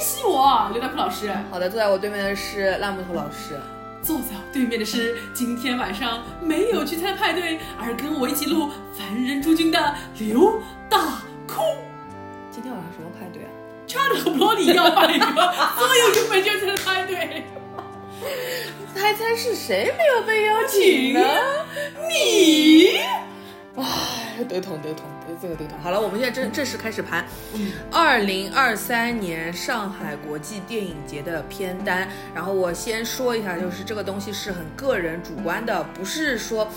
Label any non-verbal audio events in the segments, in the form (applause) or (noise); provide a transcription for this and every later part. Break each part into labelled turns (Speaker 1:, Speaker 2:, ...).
Speaker 1: 惜我，刘大普老师。
Speaker 2: 好的，坐在我对面的是烂木头老师。
Speaker 1: 坐在我对面的是今天晚上没有去参加派对，而跟我一起录《凡人诸君》的刘大哭。
Speaker 2: 今天晚上什么派对啊？
Speaker 1: 差点和布罗里要办一个，所有人没去参加派对。
Speaker 2: 猜猜是谁没有被邀请呢？
Speaker 1: 你
Speaker 2: 哎，得捅得捅，得这个得捅。好了，我们现在正正式开始盘
Speaker 1: 嗯，
Speaker 2: 二零二三年上海国际电影节的片单。然后我先说一下，就是这个东西是很个人主观的，不是说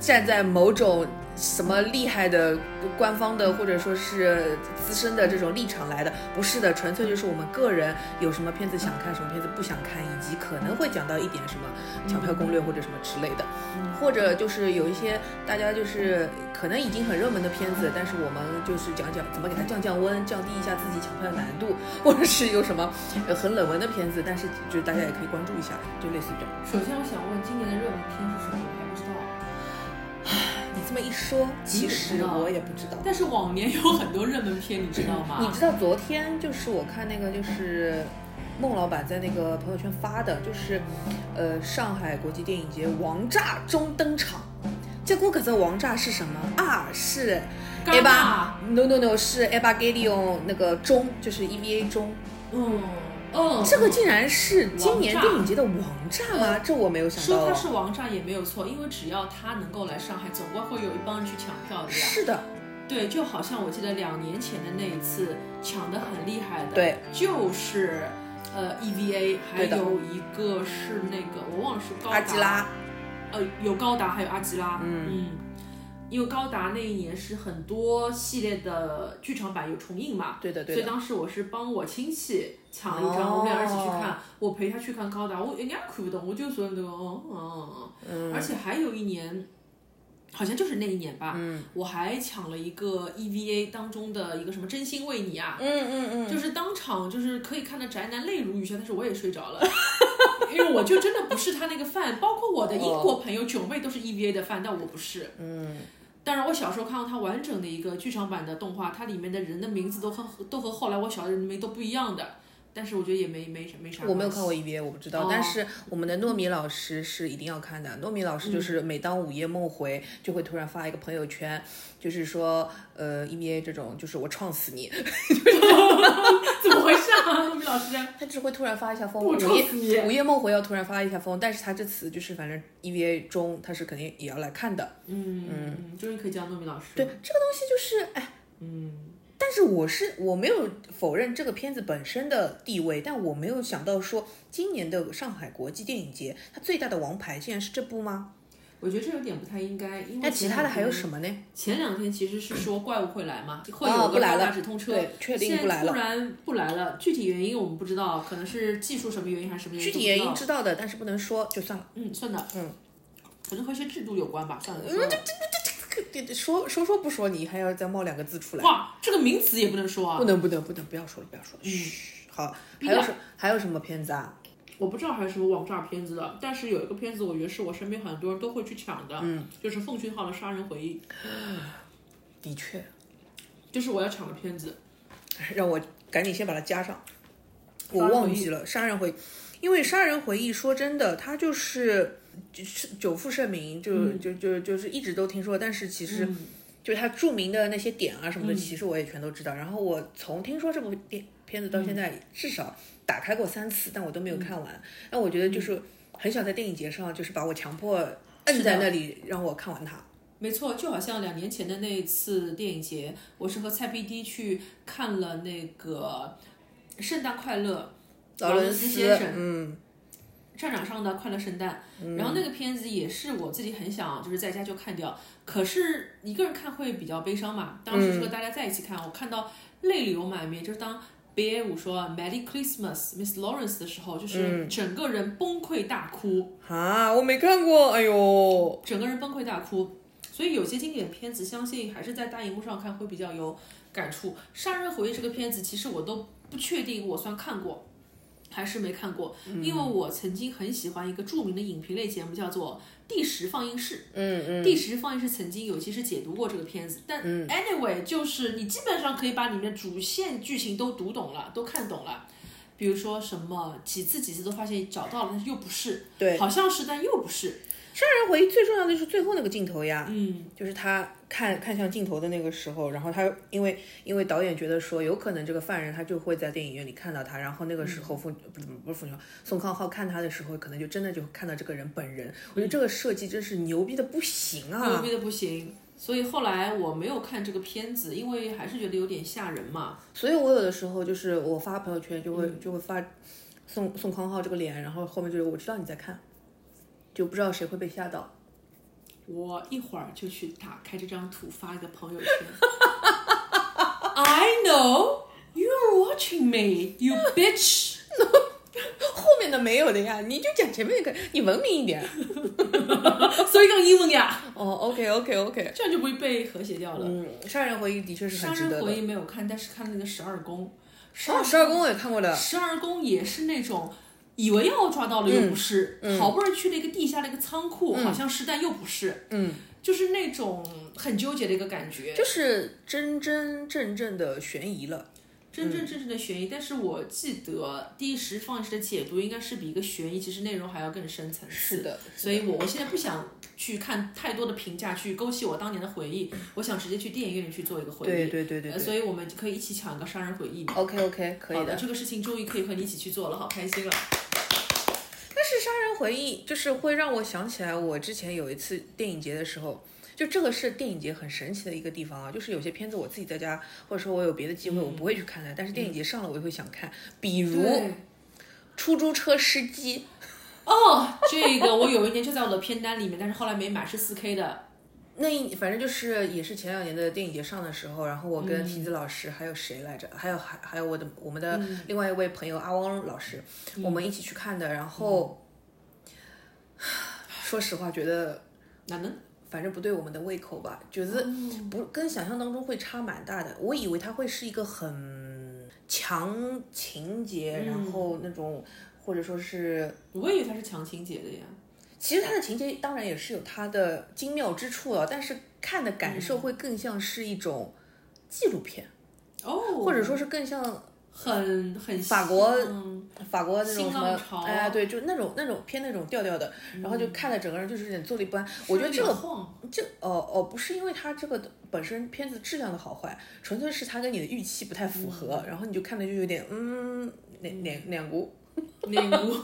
Speaker 2: 站在某种什么厉害的官方的或者说是资深的这种立场来的，不是的，纯粹就是我们个人有什么片子想看，什么片子不想看，以及可能会讲到一点什么抢票攻略或者什么之类的。
Speaker 1: 嗯
Speaker 2: 或者就是有一些大家就是可能已经很热门的片子，但是我们就是讲讲怎么给它降降温，降低一下自己抢票难度， (laughs) 或者是有什么呃很冷门的片子，但是就大家也可以关注一下，就类似于这样。
Speaker 3: 首先，我想问今年的热门片是什么？我还不知道。
Speaker 2: 你这么一说，其实我也不知道。
Speaker 1: 但是往年有很多热门片，你知道吗？
Speaker 2: 你知道昨天就是我看那个就是孟老板在那个朋友圈发的，就是呃上海国际电影节王炸中登场。结果可这王炸是什么啊？是
Speaker 1: 戛纳
Speaker 2: A 巴，no no no，是 A 巴 Galion 那个中，就是 E EVA 中，
Speaker 3: 嗯，
Speaker 1: 嗯，
Speaker 2: 这个竟然是今年
Speaker 1: 王炸嗯
Speaker 2: 电影节的王炸吗？这我没有想到
Speaker 1: 说
Speaker 2: 哦
Speaker 1: 他。是王炸也没有错，因为只要他能够来上海，总归会有一帮人去抢票的呀。
Speaker 2: 是的，
Speaker 1: 对，就好像我记得两年前的那一次抢的很厉害的，
Speaker 2: 对，
Speaker 1: 就是呃 EVA，还
Speaker 2: 对的
Speaker 1: 有一个是那个我忘了是高达，
Speaker 2: 阿基拉，
Speaker 1: 呃有高达还有阿基拉，
Speaker 2: 嗯
Speaker 1: 嗯，因为高达那一年是很多系列的剧场版有重映嘛，
Speaker 2: 对的对
Speaker 1: 所以
Speaker 2: 的，
Speaker 1: 当时我是帮我亲戚抢了一张，
Speaker 2: 哦
Speaker 1: 我们俩一起去看，我陪他去看高达，我人家看不懂，我就所有人都嗯嗯嗯，而且还有一年，好像就是那一年吧，
Speaker 2: 嗯
Speaker 1: 我还抢了一个 EVA 当中的一个什么真心为你啊，
Speaker 2: 嗯嗯嗯，
Speaker 1: 就是当场就是可以看得宅男泪如雨下，但是我也睡着了，因为我就真的不是他那个饭，包括我的英国
Speaker 2: 哦
Speaker 1: 朋友九妹都是 EVA 的饭，但我不是。嗯。当然，我小时候看过他完整的一个剧场版的动画，它里面的人的名字都和都和后来我小的人名都不一样的，但是我觉得也没没没啥。
Speaker 2: 我没有看过 EVA，我不知道。
Speaker 1: 哦
Speaker 2: 但是我们的糯米老师是一定要看的。糯米老
Speaker 1: 嗯
Speaker 2: 师就是每当午夜梦回，就会突然发一个朋友圈，就是说，呃，EVA 这种，就是我撞死
Speaker 1: 嗯
Speaker 2: 你。
Speaker 1: (laughs) 怎么回事啊，糯米老
Speaker 2: (laughs)
Speaker 1: 师？
Speaker 2: 他只会突然发一下疯。午
Speaker 1: 我撞
Speaker 2: 夜
Speaker 1: 死你！
Speaker 2: 午夜梦回要突然发一下疯，但是他这次就是反正 E EVA 中他是肯定也要来看的。
Speaker 1: 嗯嗯，终于可以叫糯米老师。
Speaker 2: 对，这个东西就是哎，
Speaker 1: 嗯，
Speaker 2: 但是我是我没有否认这个片子本身的地位，但我没有想到说今年的上海国际电影节，它最大的王牌竟然是这部吗？
Speaker 1: 我觉得这有点不太应该，因为
Speaker 2: 那其他的还有
Speaker 1: 么？
Speaker 2: 什么呢？
Speaker 1: 前两天其实是说怪物会来嘛，会
Speaker 2: 哦
Speaker 1: 有
Speaker 2: 不
Speaker 1: 个
Speaker 2: 来
Speaker 1: 高达
Speaker 2: 了
Speaker 1: 直通车，
Speaker 2: 对，确定不
Speaker 1: 现在
Speaker 2: 来了。
Speaker 1: 突然不来了，具体原因我们不知道，可能是技术什么原因还是什么原
Speaker 2: 具
Speaker 1: 因。
Speaker 2: 体原
Speaker 1: 都
Speaker 2: 因
Speaker 1: 不知
Speaker 2: 知道的，但是不能说，就算了。
Speaker 1: 道，嗯，算的，
Speaker 2: 嗯，
Speaker 1: 可能和一些制度有关吧，算了。
Speaker 2: 嗯
Speaker 1: 算了
Speaker 2: 说说说不说，你还要再冒两个字出来。
Speaker 1: 哇，这个名词也不能说啊
Speaker 2: 不，能不能不能，不要说了不要说了。
Speaker 1: 嗯
Speaker 2: 嘘，好，还有什还有什么片子啊？
Speaker 1: 我不知道还有什么网炸片子的，但是有一个片子，我觉得是我身边很多人都会去抢的，嗯，就是奉俊昊的《杀人回忆》，
Speaker 2: 的确，
Speaker 1: 就是我要抢的片子。
Speaker 2: 让我赶紧先把它加上。我
Speaker 1: 杀人
Speaker 2: 忘
Speaker 1: 回忆
Speaker 2: 记了《杀人回忆》，因为《杀人回忆》说真的，它就是就是久负盛名，就、就就就是一直都听说，但是其实
Speaker 1: 嗯
Speaker 2: 就是它著名的那些点啊什么的，其实我也全都知道。然后我从听说这部电片子到
Speaker 1: 嗯
Speaker 2: 现在，至少打开过三次，但我都没有看完。那、我觉得就是很想在电影节上，就是把我强迫摁
Speaker 1: 嗯是
Speaker 2: 在
Speaker 1: 的
Speaker 2: 那里，让我看完它。
Speaker 1: 没错，就好像两年前的那一次电影节，我是和蔡 PD 去看了那个《圣诞快乐》，劳伦
Speaker 2: 伦
Speaker 1: 斯
Speaker 2: 斯
Speaker 1: 先生
Speaker 2: 嗯，
Speaker 1: 战场上的快乐圣诞，然后那个片子也是我自己很想就是在家就看掉，可是一个人看会比较悲伤嘛。当时是和大家在一起看，我看到泪流满面，就是当 B A 五说 Merry Christmas Miss Lawrence 的时候，就是整个人崩溃大哭，
Speaker 2: 啊，我没看过，哎呦，
Speaker 1: 整个人崩溃大哭。所以有些经典片子，相信还是在大荧幕上看会比较有感触。《杀人回忆》这个片子，其实我都不确定我算看过还是没看过，因为我曾经很喜欢一个著名的影评类节目，叫做《第十放映室》。
Speaker 2: 嗯嗯，
Speaker 1: 第十放映室曾经有其实解读过这个片子，但 anyway 就是你基本上可以把里面主线剧情都读懂了，都看懂了。比如说什么几次几次都发现找到了，但是又不是，
Speaker 2: 对，
Speaker 1: 好像是但又不是，
Speaker 2: 杀人回忆最重要的就是最后那个镜头呀，
Speaker 1: 嗯，
Speaker 2: 就是他看看向镜头的那个时候，然后他因为因为导演觉得说有可能这个犯人他就会在电影院里看到他，然后那个时候冯不不不是冯小刚宋康昊看他的时候，可能就真的就看到这个人本人。我觉得这个设计真是牛逼的不行
Speaker 1: 牛
Speaker 2: 啊！
Speaker 1: 逼的不行。所以后来我没有看这个片子，因为还是觉得有点吓人嘛。
Speaker 2: 所以我有的时候就是我发朋友圈就会、就会发宋宋康昊这个脸，然后后面就是我知道你在看，就不知道谁会被吓到。
Speaker 1: 我一会儿就去打开这张图发一个朋
Speaker 2: (laughs)
Speaker 1: 友圈。I know you're watching me, you bitch。 (laughs)
Speaker 2: 后面的没有的呀，你就讲前面那个，你文明一点。
Speaker 1: 所以讲英文呀，
Speaker 2: 哦，OK OK OK。
Speaker 1: 这样就不会被和谐掉了。
Speaker 2: 嗯，杀人回忆的确是
Speaker 1: 杀
Speaker 2: 很值得
Speaker 1: 人
Speaker 2: 的。
Speaker 1: 回忆没有看，但是看了那个十二宫。十
Speaker 2: 哦，十二宫我也看过的。
Speaker 1: 十二宫也是那种以为要抓到了
Speaker 2: 嗯
Speaker 1: 又不是，好不容易去了一个地下的一个仓库，好像是但又不是，
Speaker 2: 嗯，
Speaker 1: 就是那种很纠结的一个感觉，
Speaker 2: 就是真真正正的悬疑了。
Speaker 1: 真
Speaker 2: 嗯
Speaker 1: 真正正的悬疑。但是我记得第一时放映时的解读应该是比一个悬疑其实内容还要更深层次，
Speaker 2: 的
Speaker 1: 所以我我现在不想去看太多的评价去勾起我当年的回忆，我想直接去电影院里去做一个回忆。
Speaker 2: 对对对对
Speaker 1: 呃
Speaker 2: 对。
Speaker 1: 所以我们可以一起抢一个杀人回忆。
Speaker 2: OK OK，可
Speaker 1: 好
Speaker 2: 以
Speaker 1: 的，
Speaker 2: 的。
Speaker 1: 这个事情终于可以和你一起去做了，好开心了。
Speaker 2: 但是杀人回忆就是会让我想起来，我之前有一次电影节的时候，就这个是电影节很神奇的一个地方啊，就是有些片子我自己在家，或者说我有别的机会，我不会去看的，但是电影节上了我就会想看，比如
Speaker 1: 对
Speaker 2: 《出租车司机》。
Speaker 1: 哦，这个我有一年就在我的片单里面，但是后来没买，是四 K 的。
Speaker 2: 那一反正就是也是前两年的电影节上的时候，然后我跟提子老师还有谁来着，还有还还有我的我们的另外一位朋友阿汪老师，我们一起去看的。然后、 (sighs) 说实话，觉得
Speaker 1: 哪能？
Speaker 2: 反正不对我们的胃口吧，就是
Speaker 1: 嗯
Speaker 2: 不跟想象当中会差蛮大的。我以为它会是一个很强情节，然后那种或者说是
Speaker 1: 我以为它是强情节的呀。
Speaker 2: 其实它的情节当然也是有它的精妙之处了，但是看的感
Speaker 1: 嗯
Speaker 2: 受会更像是一种纪录片，
Speaker 1: 哦，
Speaker 2: 或者说是更像
Speaker 1: 很很
Speaker 2: 法国
Speaker 1: 嗯
Speaker 2: 法国那种
Speaker 1: 新
Speaker 2: 什
Speaker 1: 浪
Speaker 2: 么
Speaker 1: 潮，嗯
Speaker 2: 哎，对，就那种那种偏那种调调的，然后就看的整个人就是有点坐立不安。我觉得这
Speaker 1: 有
Speaker 2: 个
Speaker 1: 点晃
Speaker 2: 这哦哦，不是因为它这个本身片子质量的好坏，纯粹是它跟你的预期不太符合，
Speaker 1: 嗯
Speaker 2: 然后你就看的就有点嗯两两两股，
Speaker 1: 那屋，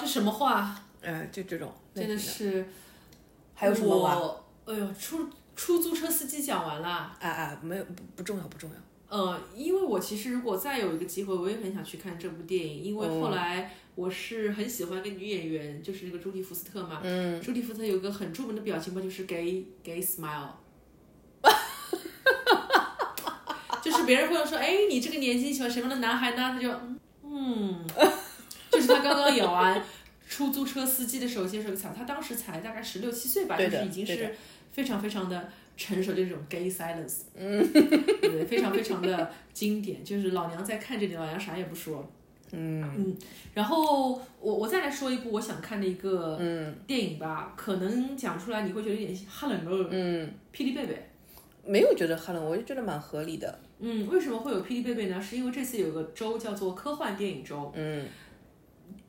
Speaker 1: 这什么话？
Speaker 2: 哎，就这种，
Speaker 1: 啊真的是。
Speaker 2: 还有什么吧？
Speaker 1: 我？哎呦，出出租车司机讲完啦。
Speaker 2: 啊啊，没有不不重要不重要，
Speaker 1: 呃，因为我其实如果再有一个机会，我也很想去看这部电影，因
Speaker 2: 嗯
Speaker 1: 为后来我是很喜欢一个女演员，就是那个朱莉·福斯特嘛。嗯。朱莉·福斯特有一个很著名的表情包，就是 gay gay smile。就是别人会说，哎，你这个年纪喜欢什么样的男孩呢？他就，嗯，
Speaker 2: (laughs)
Speaker 1: 就是他刚刚演完出租车司机的时候接受个采访，他当时才大概十六七岁吧，就
Speaker 2: 对的
Speaker 1: 是已经
Speaker 2: 对的
Speaker 1: 是非常非常的成熟，就是这种 gay silence。对，
Speaker 2: 嗯 (laughs)
Speaker 1: 非常非常的经典，就是老娘在看这里，老娘啥也不说。嗯然后我我再来说一部我想看的一个
Speaker 2: 嗯
Speaker 1: 电影吧，可能讲出来你会觉得有点哈冷肉。嗯，霹雳贝贝。
Speaker 2: 没有觉得哈冷，我就觉得蛮合理的。
Speaker 1: 嗯，为什么会有霹雳贝贝呢？是因为这次有个周叫做科幻电影周，嗯，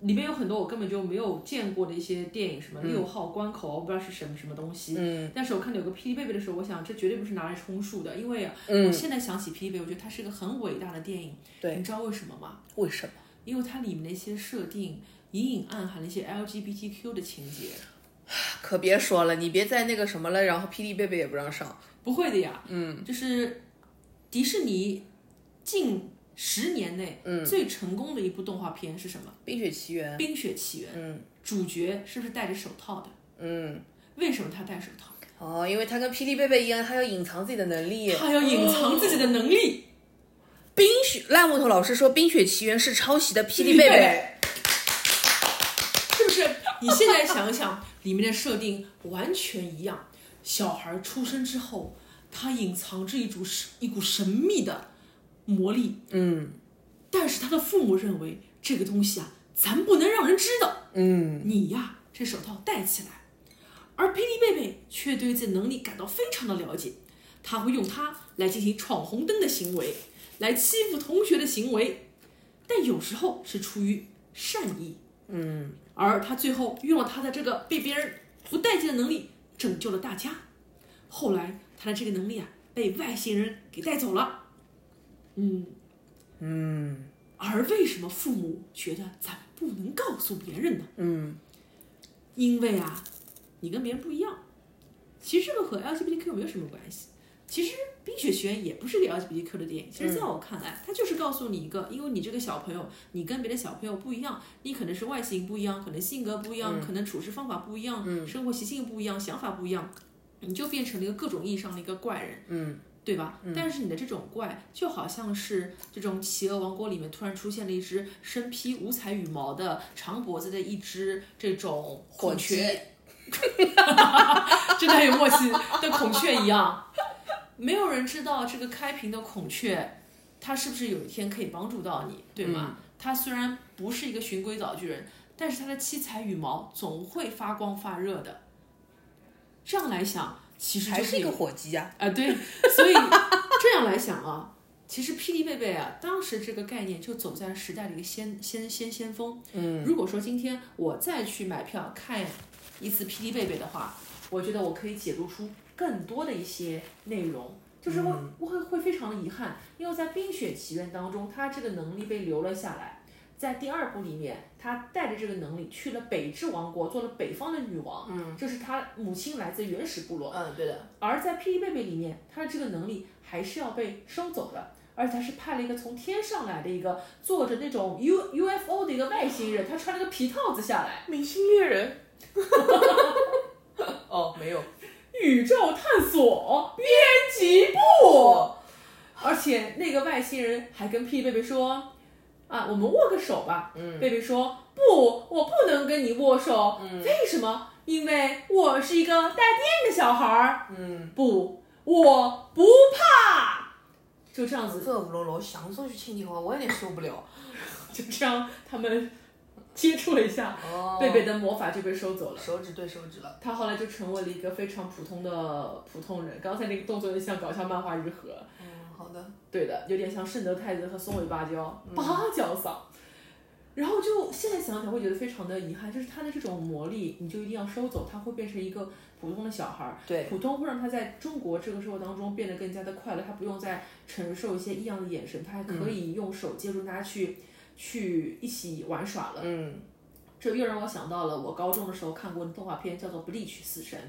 Speaker 1: 里面有很多我根本就没有见过的一些电影，什么六号关口，我不知道是什么什么东西，嗯，但是我看到有个霹雳贝贝的时候，我想这绝对不是拿来充数的，因为啊我现在想起霹雳贝贝，我觉得它是一个很伟大的电影，
Speaker 2: 对
Speaker 1: 你知道为什么吗？
Speaker 2: 为什么？
Speaker 1: 因为它里面的一些设定隐隐暗含了一些 LGBTQ 的情节，
Speaker 2: (sighs) 可别说了，你别再那个什么了，然后霹雳贝贝也不让上。
Speaker 1: 不会的呀，嗯，就是迪士尼近十年内最成功的一部动画片是什么？
Speaker 2: 冰雪奇缘，
Speaker 1: 冰雪奇缘》。嗯，主角是不是戴着手套的？嗯，为什么他戴手套？
Speaker 2: 哦，因为他跟霹雳贝贝一样，他要隐藏自己的能力。
Speaker 1: 他要隐藏自己的能力。
Speaker 2: 冰雪烂木头老师说，《冰雪奇缘》是抄袭的霹雳贝 (laughs) 贝。
Speaker 1: 是不是？你现在想一想，里面的设定完全一样。小孩出生之后，他隐藏着一股神一股神秘的魔力。嗯，但是他的父母认为这个东西啊，咱不能让人知道。
Speaker 2: 嗯，
Speaker 1: 你呀，这手套戴起来。而霹雳贝贝却对自己的能力感到非常的了解，他会用它来进行闯红灯的行为，来欺负同学的行为。但有时候是出于善意，嗯，而他最后用了他的这个被别人不待见的能力拯救了大家。后来他的这个能力啊被外星人给带走了，嗯嗯。而为什么父母觉得咱们不能告诉别人呢？
Speaker 2: 嗯，
Speaker 1: 因为啊，你跟别人不一样。其实这个和 LGBTQ 没有什么关系。其实《冰雪奇缘》也不是个 LGBTQ 的电影。其实在
Speaker 2: 嗯
Speaker 1: 我看来，它就是告诉你一个，因为你这个小朋友，你跟别的小朋友不一样，你可能是外形不一样，可能性格不一
Speaker 2: 嗯
Speaker 1: 样，可能处事方法不一样，生活习性不一样，想法不一样，你就变成了一个各种意义上的一个怪人，
Speaker 2: 嗯，
Speaker 1: 对吧？但是你的这种怪，就好像是这种《企鹅王国》里面突然出现了一只身披五彩羽毛的长脖子的一只这种孔
Speaker 2: 火
Speaker 1: 雀， (laughs) 真的很有默契的孔雀一样。没有人知道这个开屏的孔雀，它是不是有一天可以帮助到你，对
Speaker 2: 嗯
Speaker 1: 吗？它虽然不是一个循规蹈矩人，但是它的七彩羽毛总会发光发热的。这样来想，其实就
Speaker 2: 还是一
Speaker 1: 有
Speaker 2: 个火鸡啊，
Speaker 1: 啊，对，所以这样来想啊，其实霹雳贝贝啊，当时这个概念就走在了时代的一个先先先先锋。
Speaker 2: 啊
Speaker 1: 嗯，如果说今天我再去买票看一次霹雳贝贝的话，我觉得我可以解读出更多的一些内容。就是会我会会非常的遗憾，因为在《冰雪奇缘》当中，他这个能力被留了下来。在第二部里面，他带着这个能力去了北之王国，做了北方的女王。嗯，就是他母亲来自原始部落，
Speaker 2: 嗯，对的，
Speaker 1: 而在霹雳贝贝里面，他的这个能力还是要被收走的，而且他是派了一个从天上来的一个坐着那种 U UFO 的一个外星人，他穿了个皮套子下来，
Speaker 2: 明星猎人， (laughs) 哦，没有，
Speaker 1: 宇宙探索编辑部，而且那个外星人还跟霹雳贝贝说。啊，我们握个手吧。嗯，贝贝说不，我不能跟你握手。嗯，为什么？因为我是一个带电的小孩儿。
Speaker 2: 嗯，
Speaker 1: 不，我不怕。就这样子，
Speaker 2: 这乌龙龙想说句心里话，我有点受不了。
Speaker 1: 就这样，他们接触了一下，
Speaker 2: 哦
Speaker 1: 贝贝的魔法就被收走了。
Speaker 2: 手指对手指了，
Speaker 1: 他后来就成为了一个非常普通的普通人。刚才那个动作就像搞笑漫画日和，
Speaker 2: 嗯，好的，
Speaker 1: 对的，有点像圣德太子和松尾芭蕉芭蕉嗓。然后就现在想想会觉得非常的遗憾，就是他的这种魔力，你就一定要收走，他会变成一个普通的小孩儿。
Speaker 2: 对，
Speaker 1: 普通会让他在中国这个社会当中变得更加的快乐，他不用再承受一些异样的眼神，他还可以用手接住大家去、去一起玩耍了。
Speaker 2: 嗯，
Speaker 1: 这又让我想到了我高中的时候看过的动画片，叫做《Bleach 死神》。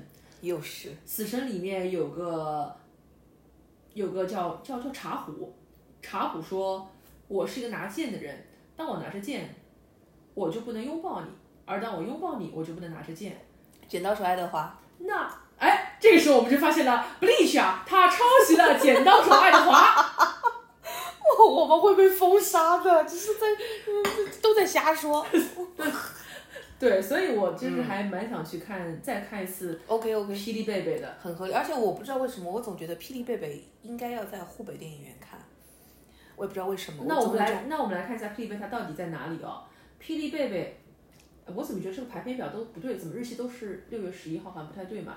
Speaker 2: 又是
Speaker 1: 死神里面有个有个叫叫叫茶壶，茶壶说：“我是一个拿剑的人，当我拿着剑，我就不能拥抱你；而当我拥抱你，我就不能拿着剑。”
Speaker 2: 剪刀手爱德华，
Speaker 1: 那哎，这个时候我们就发现了 Bleach 啊，他抄袭了《剪刀手爱德华》。 (laughs)
Speaker 2: 我我们会被封杀的，只是在、嗯、都在瞎说。
Speaker 1: 对，所以我就是还蛮想去看，再看一次
Speaker 2: OK OK，
Speaker 1: 霹雳贝贝的。
Speaker 2: 很合理，而且我不知道为什么，我总觉得《霹雳贝贝》应该要在湖北电影院看，我也不知道为什么。
Speaker 1: 那我
Speaker 2: 总
Speaker 1: 们
Speaker 2: 有种
Speaker 1: 来，那我们来看一下霹雳贝它到底在哪里哦。霹雳贝贝，呃我怎么觉得这个排片表都不对？怎么日期都是六月十一号，好像不太对嘛？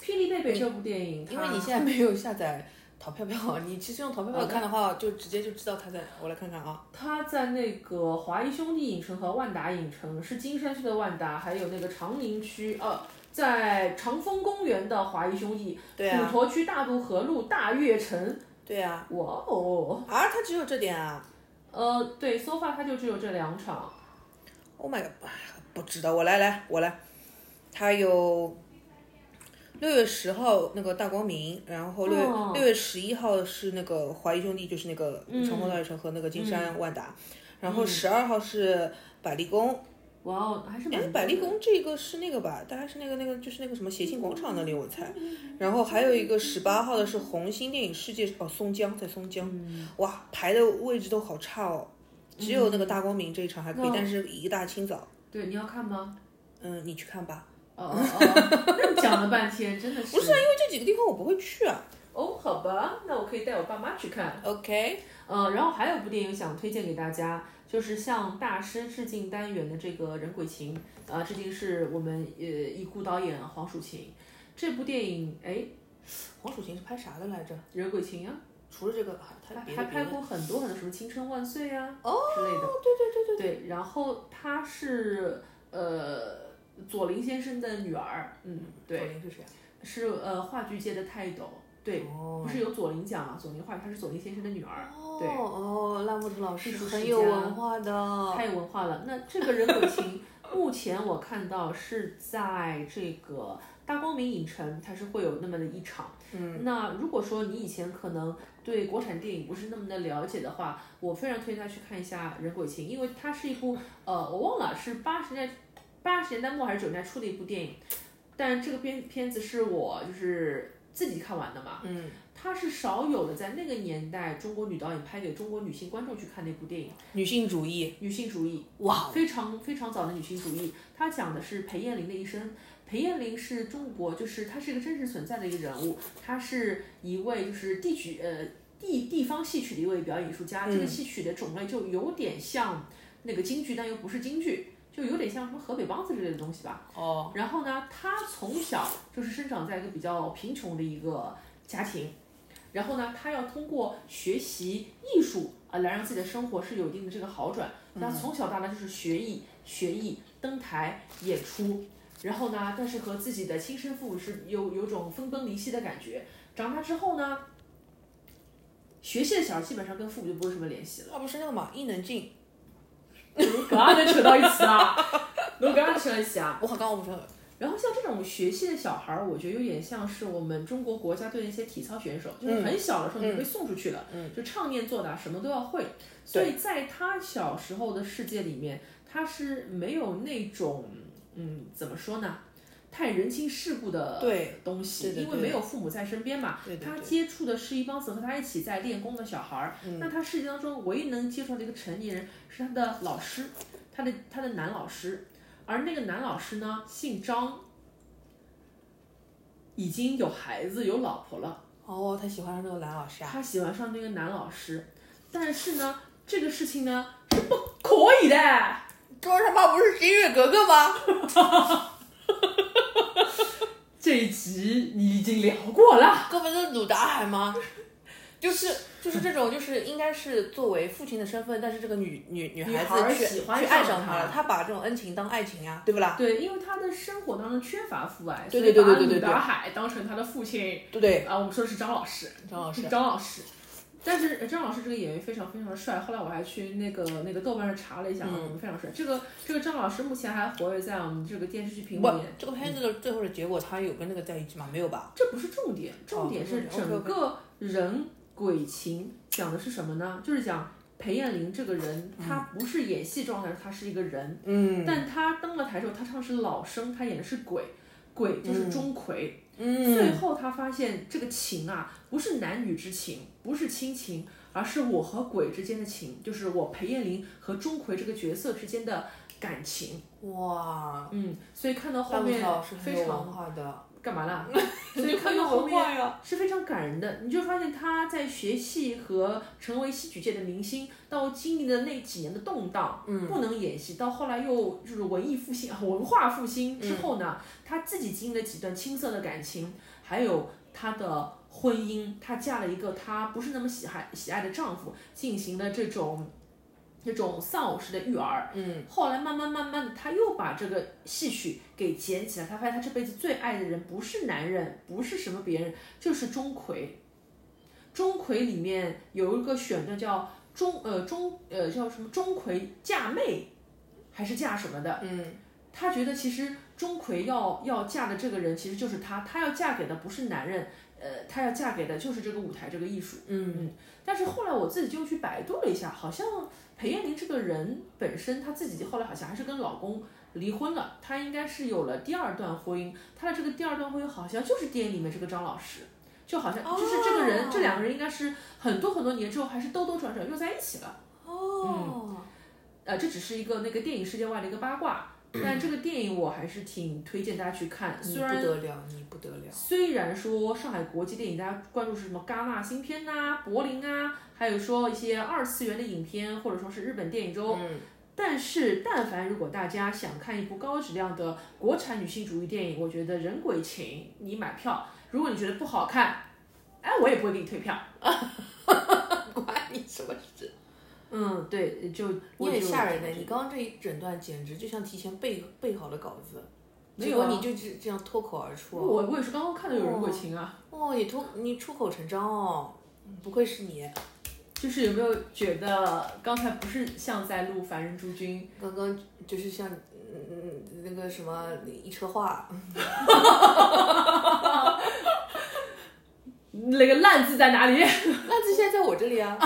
Speaker 1: 霹雳贝贝这部电影，
Speaker 2: 因为你现在没有下载淘票票， (laughs) 你其实用淘票票看的话，就直接就知道它在。我来看看啊，
Speaker 1: 它在那个华谊兄弟影城和万达影城，是金山区的万达，还有那个长宁区，呃，在长风公园的华谊兄弟，
Speaker 2: 对啊
Speaker 1: 普陀区大渡河路大悦城，
Speaker 2: 对呀、
Speaker 1: 哇哦，
Speaker 2: 啊，啊，它只有这点啊
Speaker 1: 呃，对，so far 它就只有这两场。
Speaker 2: ，Oh my god，哎不知道，我来来我来，它有。六月十号那个大光明，然后六月
Speaker 1: 哦
Speaker 2: 六月十一号是那个华谊兄弟，就是那个
Speaker 1: 嗯
Speaker 2: 长虹大悦城和那个金山万达，然后十二号是百丽宫，
Speaker 1: 哇哦，还是
Speaker 2: 哎，
Speaker 1: 蛮
Speaker 2: 百丽宫这个是那个吧？大概是那个那个就是那个什么协信广场那里，我猜。
Speaker 1: 嗯
Speaker 2: 然后还有一个十八号的是红星电影世界哦，松江在松江，
Speaker 1: 嗯
Speaker 2: 哇，排的位置都好差哦，只有那个大光明这一场还
Speaker 1: 嗯
Speaker 2: 可以，但是一大清早，
Speaker 1: 对，你要看吗？
Speaker 2: 嗯，你去看吧。
Speaker 1: 哦哦哦， (laughs) 那你讲了半天，真的是不是
Speaker 2: 啊因为这几个地方我不会去啊。
Speaker 1: 哦，好吧，那我可以带我爸妈去看。
Speaker 2: OK，
Speaker 1: 呃，然后还有一部电影想推荐给大家，就是向大师致敬单元的这个《人鬼情》，啊，致敬是我们呃已故导演黄蜀芹。这部电影，哎，
Speaker 2: 黄蜀芹是拍啥的来着？
Speaker 1: 人鬼情呀、
Speaker 4: 除了这个，啊他
Speaker 1: 他
Speaker 4: 别
Speaker 1: 还
Speaker 4: 的别
Speaker 1: 拍
Speaker 4: 的
Speaker 1: 过很多很多什么《青春万岁》啊
Speaker 2: 哦
Speaker 1: 之类的。
Speaker 2: 对对对对
Speaker 1: 对，然后她是呃左林先生的女儿，嗯，
Speaker 4: 左
Speaker 1: 对，
Speaker 4: 琳是谁啊？
Speaker 1: 是呃话剧界的泰斗，对，
Speaker 4: 哦
Speaker 1: 不是有左林奖嘛，左林话剧，她是左林先生的女儿，对
Speaker 2: 哦哦，拉木子老师
Speaker 1: 艺术
Speaker 2: 很
Speaker 1: 世
Speaker 2: 有
Speaker 1: 家
Speaker 2: 文化的，
Speaker 1: 太有文化了。那这个人鬼情，目前我看到是在这个大光明影城，它是会有那么的一场。嗯，那如果说你以前可能对国产电影不是那么的了解的话，我非常推荐大家去看一下《人鬼情》，因为它是一部呃，我忘了是八十年代八十年代末还是九十年代初的一部电影，但这个片片子是我就是自己看完的嘛。
Speaker 2: 嗯，
Speaker 1: 它是少有的，在那个年代，中国女导演拍给中国女性观众去看的一部电影，
Speaker 2: 女性主义，
Speaker 1: 女性主义，
Speaker 2: 哇，
Speaker 1: 非常非常早的女性主义。它讲的是裴艳玲的一生。裴艳玲是中国，就是她是一个真实存在的一个人物，她是一位就是地曲呃地地方戏曲的一位表演艺术家。这个戏曲的种类就有点像那个京剧，但又不是京剧，就有点像什么河北梆子之类的东西吧。
Speaker 2: 哦，
Speaker 1: 然后呢，他从小就是生长在一个比较贫穷的一个家庭，然后呢，他要通过学习艺术啊，来让自己的生活是有一定的这个好转。那从小到大就是学艺、学艺、登台、演出，然后呢，但是和自己的亲生父母是有有种分崩离析的感觉。长大之后呢，学戏的小孩基本上跟父母就不会什么联系了。
Speaker 2: 哦那不是那个嘛，伊能静，
Speaker 1: (laughs) 格啊，能扯到一起 (laughs) 啊，能格啊扯到一起啊。
Speaker 2: 我好刚我不是很
Speaker 1: 然后像这种学戏的小孩儿，我觉得有点像是我们中国国家队那些体操选手，
Speaker 2: 嗯
Speaker 1: 就是很小的时候就被送出去了，就唱念做打什么都要会。所以在他小时候的世界里面，他是没有那种嗯，怎么说呢，太人情世故的
Speaker 2: 对
Speaker 1: 东西，
Speaker 2: 对对
Speaker 1: 因为
Speaker 2: 对
Speaker 1: 没有父母在身边嘛。
Speaker 2: 对对
Speaker 1: 他
Speaker 2: 对嗯
Speaker 1: 接触的是一帮子和他一起在练功的小孩儿，那他世界当中唯一能接触到的一个成年人是他的老师，他的他的男老师，而那个男老师呢姓张，已经有孩子有老婆了，
Speaker 2: 哦，他喜欢上那个男老师啊，
Speaker 1: 他喜欢上那个男老师，但是呢，这个事情呢是不可以的，
Speaker 2: 周二他妈不是音乐格格 (laughs) 吗？
Speaker 1: 这一集你已经聊过了，
Speaker 2: 哥们是鲁达海吗？就是就是这种，就是应该是作为父亲的身份，但是这个女女女
Speaker 1: 女
Speaker 2: 孩
Speaker 1: 孩儿
Speaker 2: 子却
Speaker 1: 喜欢
Speaker 2: 却爱
Speaker 1: 上
Speaker 2: 他
Speaker 1: 他
Speaker 2: 了，他把这种恩情当爱情呀、对不啦？
Speaker 1: 对，因为他的生活当中缺乏父爱，
Speaker 2: 对对对对对
Speaker 1: 所以
Speaker 2: 对
Speaker 1: 把
Speaker 2: 对
Speaker 1: 鲁达海当成他的父亲，
Speaker 2: 对不对？
Speaker 1: 啊，我们说的是张老师，
Speaker 2: 张老师
Speaker 1: 是，张老师。但是呃张老师这个演员非常非常的帅，后来我还去那个那个豆瓣上查了一下，
Speaker 2: 嗯
Speaker 1: 啊，非常帅。这个这个张老师目前还活跃在我们这个电视剧屏幕
Speaker 2: 不
Speaker 1: 里面，，
Speaker 2: 这个片子的最后的结果，他有跟那个在一起吗？没有吧？
Speaker 1: 这不是重点，重点是
Speaker 2: 哦重点
Speaker 1: 整个人鬼情讲的是什么呢？就是讲裴艳玲这个人，她不是演戏状态，她是一个人，
Speaker 2: 嗯
Speaker 1: 但她登了台之后，她唱的是老生，她演的是鬼，鬼就是钟馗，最
Speaker 2: 嗯，
Speaker 1: 后他发现这个情啊，不是男女之情，不是亲情，而是我和鬼之间的情，就是我裴艳玲和钟馗这个角色之间的感情。
Speaker 2: 哇，
Speaker 1: 嗯，所以看到后
Speaker 2: 拉木子
Speaker 1: 面
Speaker 2: 老师很
Speaker 1: 非
Speaker 2: 有
Speaker 1: 常
Speaker 2: 文化的，
Speaker 1: 干嘛啦？ (laughs) 所
Speaker 2: 所
Speaker 1: 以
Speaker 2: 以
Speaker 1: 看
Speaker 2: 看
Speaker 1: 到
Speaker 2: 到
Speaker 1: 后
Speaker 2: 后
Speaker 1: 面
Speaker 2: 面呀，
Speaker 1: 是非常感人的。你就发现他在学戏和成为戏曲界的明星，到经历了那几年的动荡，嗯，不能演戏，到后来又就是文艺复兴、啊文化复兴之后呢，他自己经历了几段青涩的感情，还有他的婚姻，她嫁了一个她不是那么喜爱喜爱的丈夫，进行了这种。这种丧偶式的育儿，
Speaker 2: 嗯，
Speaker 1: 后来慢慢慢慢的，他又把这个戏曲给捡起来。他发现他这辈子最爱的人不是男人，不是什么别人，就是钟馗。钟馗里面有一个选段叫钟呃钟呃叫什么钟馗嫁妹，还是嫁什么的？
Speaker 2: 嗯，
Speaker 1: 他觉得其实钟馗要要嫁的这个人其实就是他，他要嫁给的不是男人，呃，他要嫁给的就是这个舞台这个艺术。
Speaker 2: 嗯
Speaker 1: 但是后来我自己就去百度了一下，好像裴艳玲这个人本身她自己后来好像还是跟老公离婚了，她应该是有了第二段婚姻，她的这个第二段婚姻好像就是电影里面这个张老师。就好像就是这个人
Speaker 2: 哦
Speaker 1: 这两个人应该是很多很多年之后还是兜兜转转又在一起了。
Speaker 2: 哦，
Speaker 1: 呃，这只是一个那个电影世界外的一个八卦，但这个电影我还是挺推荐大家去看。
Speaker 2: 你
Speaker 1: 虽
Speaker 2: 不
Speaker 1: 然
Speaker 2: 得了，你不得了，
Speaker 1: 虽然说上海国际电影大家关注是什么戛纳新片呐、柏林啊，还有说一些二次元的影片，或者说是日本电影周，
Speaker 2: 嗯
Speaker 1: 但是但凡如果大家想看一部高质量的国产女性主义电影，我觉得《人鬼情》你买票，如果你觉得不好看，哎，我也不会给你退票。
Speaker 2: 什么事？
Speaker 5: 嗯，对，就
Speaker 2: 你很吓人
Speaker 5: 的
Speaker 2: 的，，你刚刚这一诊断简直就像提前背备好的稿子，
Speaker 5: 没
Speaker 2: 结
Speaker 5: 有
Speaker 2: 果
Speaker 5: 啊
Speaker 2: 你就这这样脱口而出哦。
Speaker 5: 我我也是刚刚看到有人过情啊，
Speaker 2: 哦，你脱你出口成章哦，不愧是你。
Speaker 5: 就是有没有觉得刚才不是像在录《凡人诸君
Speaker 2: 刚刚就是像嗯嗯嗯那个什么一车话，》
Speaker 5: 那个烂字在哪里？
Speaker 2: 那这现在在我这里啊，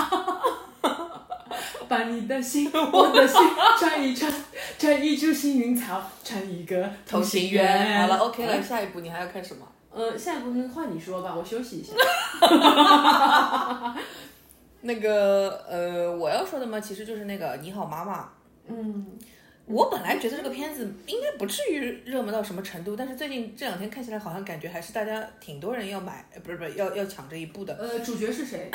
Speaker 5: 把你的
Speaker 2: (laughs)
Speaker 5: 心，我的心穿一穿，穿一株幸运草，穿一个
Speaker 2: 好了，OK 了，下一步你还要看什么？
Speaker 5: 呃，下一步换你说吧，我休息一下。
Speaker 2: 那个呃，我要说的嘛，其实就是那个《你好妈妈》。
Speaker 5: 嗯，
Speaker 2: 我本来觉得这个片子应该不至于热门到什么程度，但是最近这两天看起来好像感觉还是大家挺多人要买，呃不是不是要要抢这一部的。
Speaker 5: 呃，主角是谁？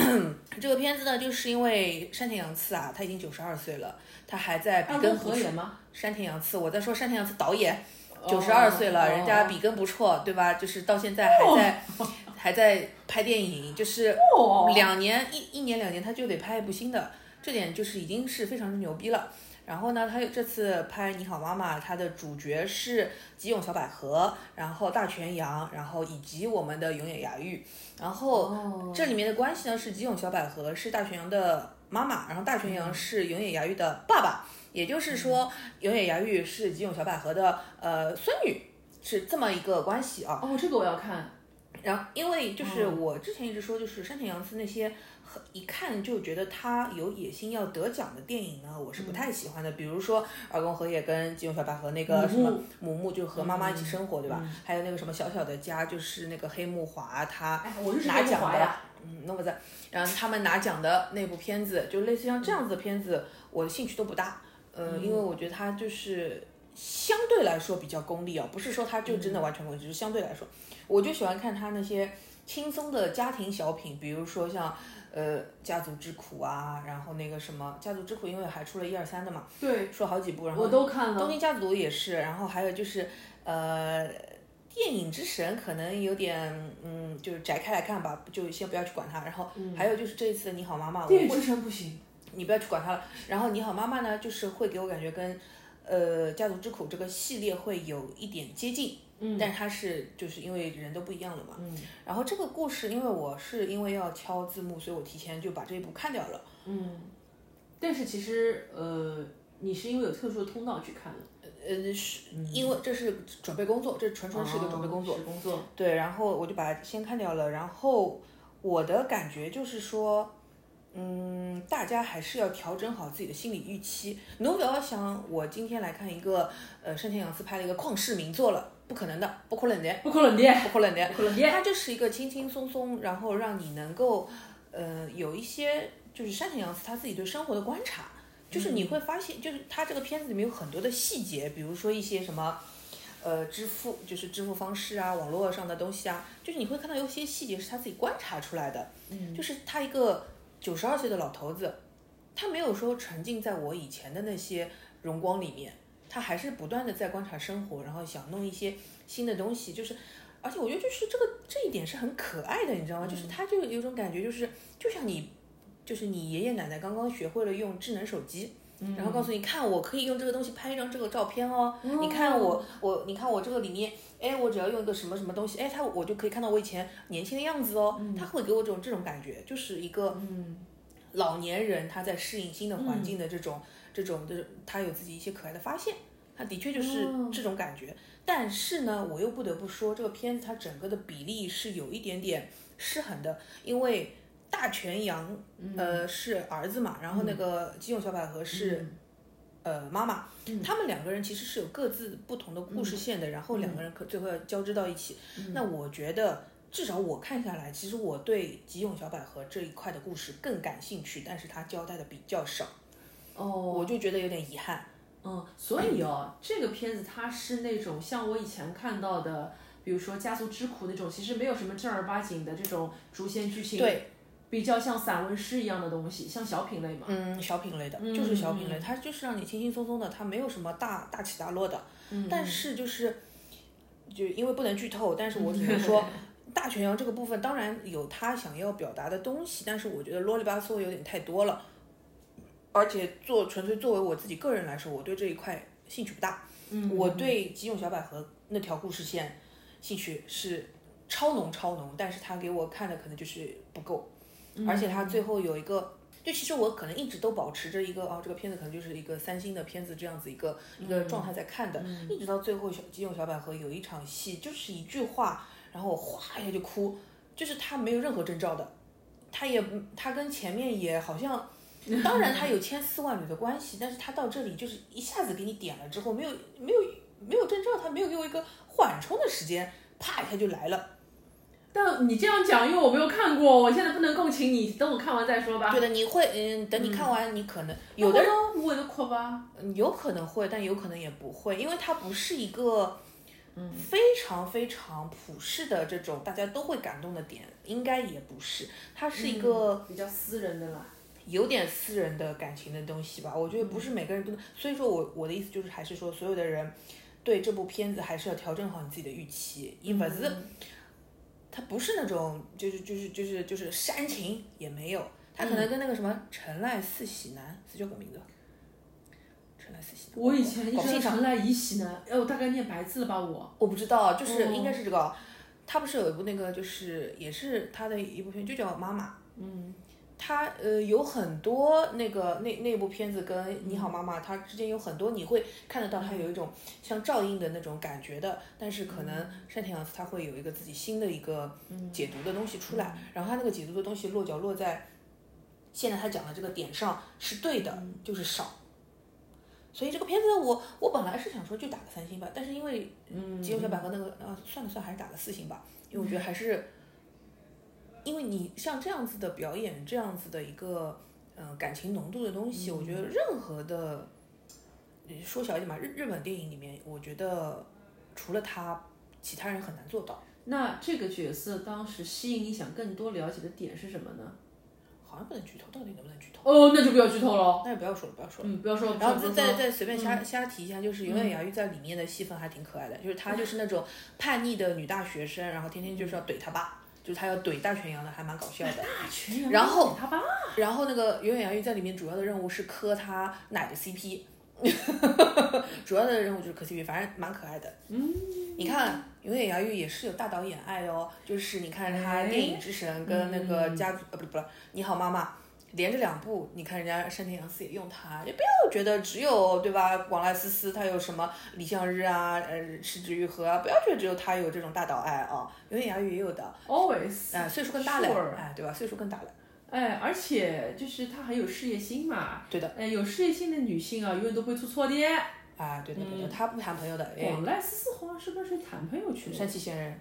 Speaker 2: 这个片子呢，就是因为山田洋次啊，他已经九十二岁了，他还在
Speaker 1: 啊
Speaker 2: 笔
Speaker 5: 二
Speaker 2: 耕
Speaker 5: 宫
Speaker 2: 哎不
Speaker 5: 和
Speaker 2: 辍。
Speaker 5: 也吗？
Speaker 2: 山田洋次，我在说山田洋次导演，
Speaker 1: 哦
Speaker 2: 九十二岁了，
Speaker 5: 哦
Speaker 2: 人家笔耕不辍，对吧？就是到现在还在、还在拍电影，就是
Speaker 5: 哦
Speaker 2: 两年一一年两年他就得拍一部新的，这点就是已经是非常之牛逼了。然后呢，他这次拍《你好妈妈》，他的主角是吉永小百合，然后大泉洋，然后以及我们的永野芽郁。然后
Speaker 5: 哦
Speaker 2: 这里面的关系呢是吉永小百合是大泉洋的妈妈，然后大泉
Speaker 5: 嗯
Speaker 2: 洋是永野芽郁的爸爸，也就是说永野芽郁是吉永小百合的呃孙女，是这么一个关系啊。
Speaker 5: 哦，这个我要看。
Speaker 2: 然后，因为就是我之前一直说，就是山田洋次那些很一看就觉得他有野心要得奖的电影呢，我是不太喜欢的。比如说《二宫和也》跟《金庸小百合》那个什么母木，嗯就是和妈妈一起生活，对吧？还有那个什么小小的家，就是那个黑木华他
Speaker 5: 哎，我就是
Speaker 2: 啊拿
Speaker 5: 黑木
Speaker 2: 奖
Speaker 5: 华
Speaker 2: 的
Speaker 5: 呀。，
Speaker 2: 嗯，那么在，然后他们拿奖的那部片子，就类似像这样子的片子，我的兴趣都不大。呃，因为
Speaker 5: 嗯
Speaker 2: 我觉得它就是相对来说比较功利啊，不是说它就
Speaker 5: 嗯
Speaker 2: 真的完全功利，就是相对来说，我就喜欢看它那些轻松的家庭小品，比如说像呃《家族之苦》啊，然后那个什么《家族之苦》，因为还出了一二三的嘛，
Speaker 5: 对，
Speaker 2: 说好啊几部，然后
Speaker 5: 我都看
Speaker 2: 东
Speaker 5: 了。
Speaker 2: 京家族也是，然后还有就是呃，电影之神可能有点嗯，就是摘开来看吧，就先不要去管它。然后还有就是这一次的你好啊妈妈，我
Speaker 5: 电影
Speaker 2: 会
Speaker 5: 之神不行。
Speaker 2: 你不要去管它了。然后你好妈妈呢，就是会给我感觉跟呃家族之苦这个系列会有一点接近。嗯，但是它是就是因为人都不一样了嘛，嗯，然后这个故事，因为我是因为要敲字幕，所以我提前就把这一部看掉了。
Speaker 5: 嗯但是其实，呃，你是因为有特殊的通道去看的，
Speaker 2: 呃，是因为这是准备工作，这纯纯是一个准备工作。
Speaker 5: 哦是工作。
Speaker 2: 对，然后我就把它先看掉了。然后我的感觉就是说，嗯，大家还是要调整好自己的心理预期。侬不要想我今天来看一个，呃，山田洋次拍了一个旷世名作了，不可能的，不可能的，
Speaker 5: 哎不可冷的，
Speaker 2: 不可能的。
Speaker 5: 不可冷的。
Speaker 2: 它就是一个轻轻松松，然后让你能够，呃，有一些就是山田洋次他自己对生活的观察，就是你会发现，就是他这个片子里面有很多的细节，比如说一些什么。呃，支付就是支付方式啊，网络上的东西啊，就是你会看到有些细节是他自己观察出来的。嗯，就是他一个九十二岁的老头子，他没有说沉浸在我以前的那些荣光里面，他还是不断的在观察生活，然后想弄一些新的东西，就是。而且我觉得就是这个这一点是很可爱的，你知道吗？就是他就有一种感觉，就是就像你，就是你爷爷奶奶刚刚学会了用智能手机，
Speaker 5: 嗯
Speaker 2: 然后告诉你看我可以用这个东西拍一张这个照片哦，你看我我你看我这个里面，哎，我只要用一个什么什么东西，哎，他我就可以看到我以前年轻的样子哦，他会给我这种这种感觉，就是一个老年人他在适应新的环境的这种、这种就是他有自己一些可爱的发现，他的确就是这种感觉。但是呢，我又不得不说，这个片子它整个的比例是有一点点失衡的，因为大泉洋、呃是儿子嘛，然后那个金永小百合是、呃妈妈，他们两个人其实是有各自不同的故事线的，然后两个人可最后要交织到一起。那我觉得。至少我看下来，其实我对吉永小百合这一块的故事更感兴趣，但是他交代的比较少，
Speaker 5: 哦，
Speaker 2: 我就觉得有点遗憾。
Speaker 5: 嗯，所以哦，这个片子它是那种像我以前看到的，比如说《家族之苦》那种，其实没有什么正儿八经的这种主线剧情，
Speaker 2: 对，
Speaker 5: 比较像散文诗一样的东西，像小品类嘛。
Speaker 2: 嗯，小品类的，就是小品类，它就是让你轻轻松松的，它没有什么大大起大落的。
Speaker 1: 嗯
Speaker 2: 但是就是，就因为不能剧透，但是我只能 (laughs) 说，大泉洋这个部分当然有他想要表达的东西，但是我觉得啰里吧嗦有点太多了。而且做纯粹作为我自己个人来说，我对这一块兴趣不大。嗯，我对《极种小百合》那条故事线兴趣是超浓超浓，但是他给我看的可能就是不够，
Speaker 1: 嗯
Speaker 2: 而且他最后有一个。就其实我可能一直都保持着一个哦，这个片子可能就是一个三星的片子这样子一个、一
Speaker 1: 嗯
Speaker 2: 个状态在看的，一直到最后小《极种小百合》有一场戏，就是一句话，然后我哗一下就哭，就是他没有任何征兆的，他也他跟前面也
Speaker 1: (laughs)
Speaker 2: 好像，当然他有千丝万缕的关系，但是他到这里就是一下子给你点了之后，没有没有没有征兆，他没有给我一个缓冲的时间，啪一下就来了。
Speaker 1: 但你这样讲，因为我没有看过，我现在不能共情你，等我看完再说吧。
Speaker 2: 对的，你会嗯，等你看完，你可能有
Speaker 1: 有
Speaker 2: 的
Speaker 1: 的
Speaker 2: 人。
Speaker 1: 人我的哭吧，
Speaker 2: 嗯有可能会，但有可能也不会，因为它不是一个，嗯，非常非常普世的这种大家都会感动的点，应该也不是，它是
Speaker 1: 嗯
Speaker 2: 一个
Speaker 6: 比较私人的啦。
Speaker 2: 有点私人的感情的东西吧。我觉得不是每个人都能，所以说我我的意思就是，还是说所有的人对这部片子还是要调整好你自己的预期，因为是
Speaker 1: 嗯
Speaker 2: 它不是那种就是就是就是就是煽情也没有，它可能
Speaker 1: 嗯
Speaker 2: 跟那个什么陈赖四喜男是叫什么名字？陈赖四喜男，
Speaker 1: 我以前一
Speaker 2: 搞不
Speaker 1: 直
Speaker 2: 清
Speaker 1: 到
Speaker 2: 楚
Speaker 1: 陈来一喜呢，哎，我大概念白字了吧我。
Speaker 2: 我不知道，就是
Speaker 1: 哦
Speaker 2: 应该是这个哦。他不是有一部那个，就是也是他的一部片，就叫《妈妈》。嗯，他呃有很多那个那那部片子跟《你好妈妈》它之间有很多你会看得到它有一种像照应的那种感觉的，但是可能山田洋次他会有一个自己新的一个解读的东西出来，然后他那个解读的东西落脚落在现在他讲的这个点上是对的，就是少。所以这个片子我我本来是想说就打个三星吧，但是因为嗯，极右小百合那个啊，算了算了还是打个四星吧，因为我觉得还是，因为你像这样子的表演，这样子的一个嗯、呃感情浓度的东西，我觉得
Speaker 1: 嗯
Speaker 2: 任何的呃说小一点嘛，日日本电影里面，我觉得除了他，其他人很难做到，
Speaker 1: 那这个角色当时吸引你想更多了解的点是什么呢？
Speaker 2: 好像不能剧透，到底能不能剧透？
Speaker 1: 哦，那就不要剧透了。
Speaker 2: 那就不要说了，不要说了。
Speaker 1: 嗯，不要说。
Speaker 2: 然后
Speaker 1: 不
Speaker 2: 再
Speaker 1: 要说
Speaker 2: 再
Speaker 1: 嗯
Speaker 2: 再随便瞎瞎提一下，就是袁咏雅玉在里面的戏份还挺可爱的，就是她就是那种叛逆的女大学生，然后天天就是要怼她爸，就是她要怼大全羊的，还蛮搞笑的。
Speaker 1: 大群人
Speaker 2: 然后
Speaker 1: 不给他吧，
Speaker 2: 然后那个袁咏雅玉在里面主要的任务是磕她奶的 CP，主要的任务就是磕 CP，反正蛮可爱的。嗯，你看袁咏雅玉也是有大导演爱哦，就是你看她
Speaker 1: 哎嗯
Speaker 2: 电影之神跟那个家族、呃不是不是你好妈妈。连着两部，你看人家山田洋次也用她，也不要觉得只有对吧？广濑丝丝她有什么李相日啊，呃，池子玉和啊，不要觉得只有她有这种大导爱啊，袁咏雅玉也有的，啊、
Speaker 1: always，
Speaker 2: 岁数更大了，哎
Speaker 1: Sure、
Speaker 2: 对吧？岁数更大了。
Speaker 1: 哎，而且就是她很有事业心嘛。
Speaker 2: 对
Speaker 1: 的。哎，有事业心的女性啊，永远都不会出错的。
Speaker 2: 啊，对的对的，
Speaker 1: 嗯
Speaker 2: 他不谈朋友的，哎，
Speaker 1: 广濑丝丝好像啊是跟谁谈朋友去了？
Speaker 2: 山崎贤人，
Speaker 1: 嗯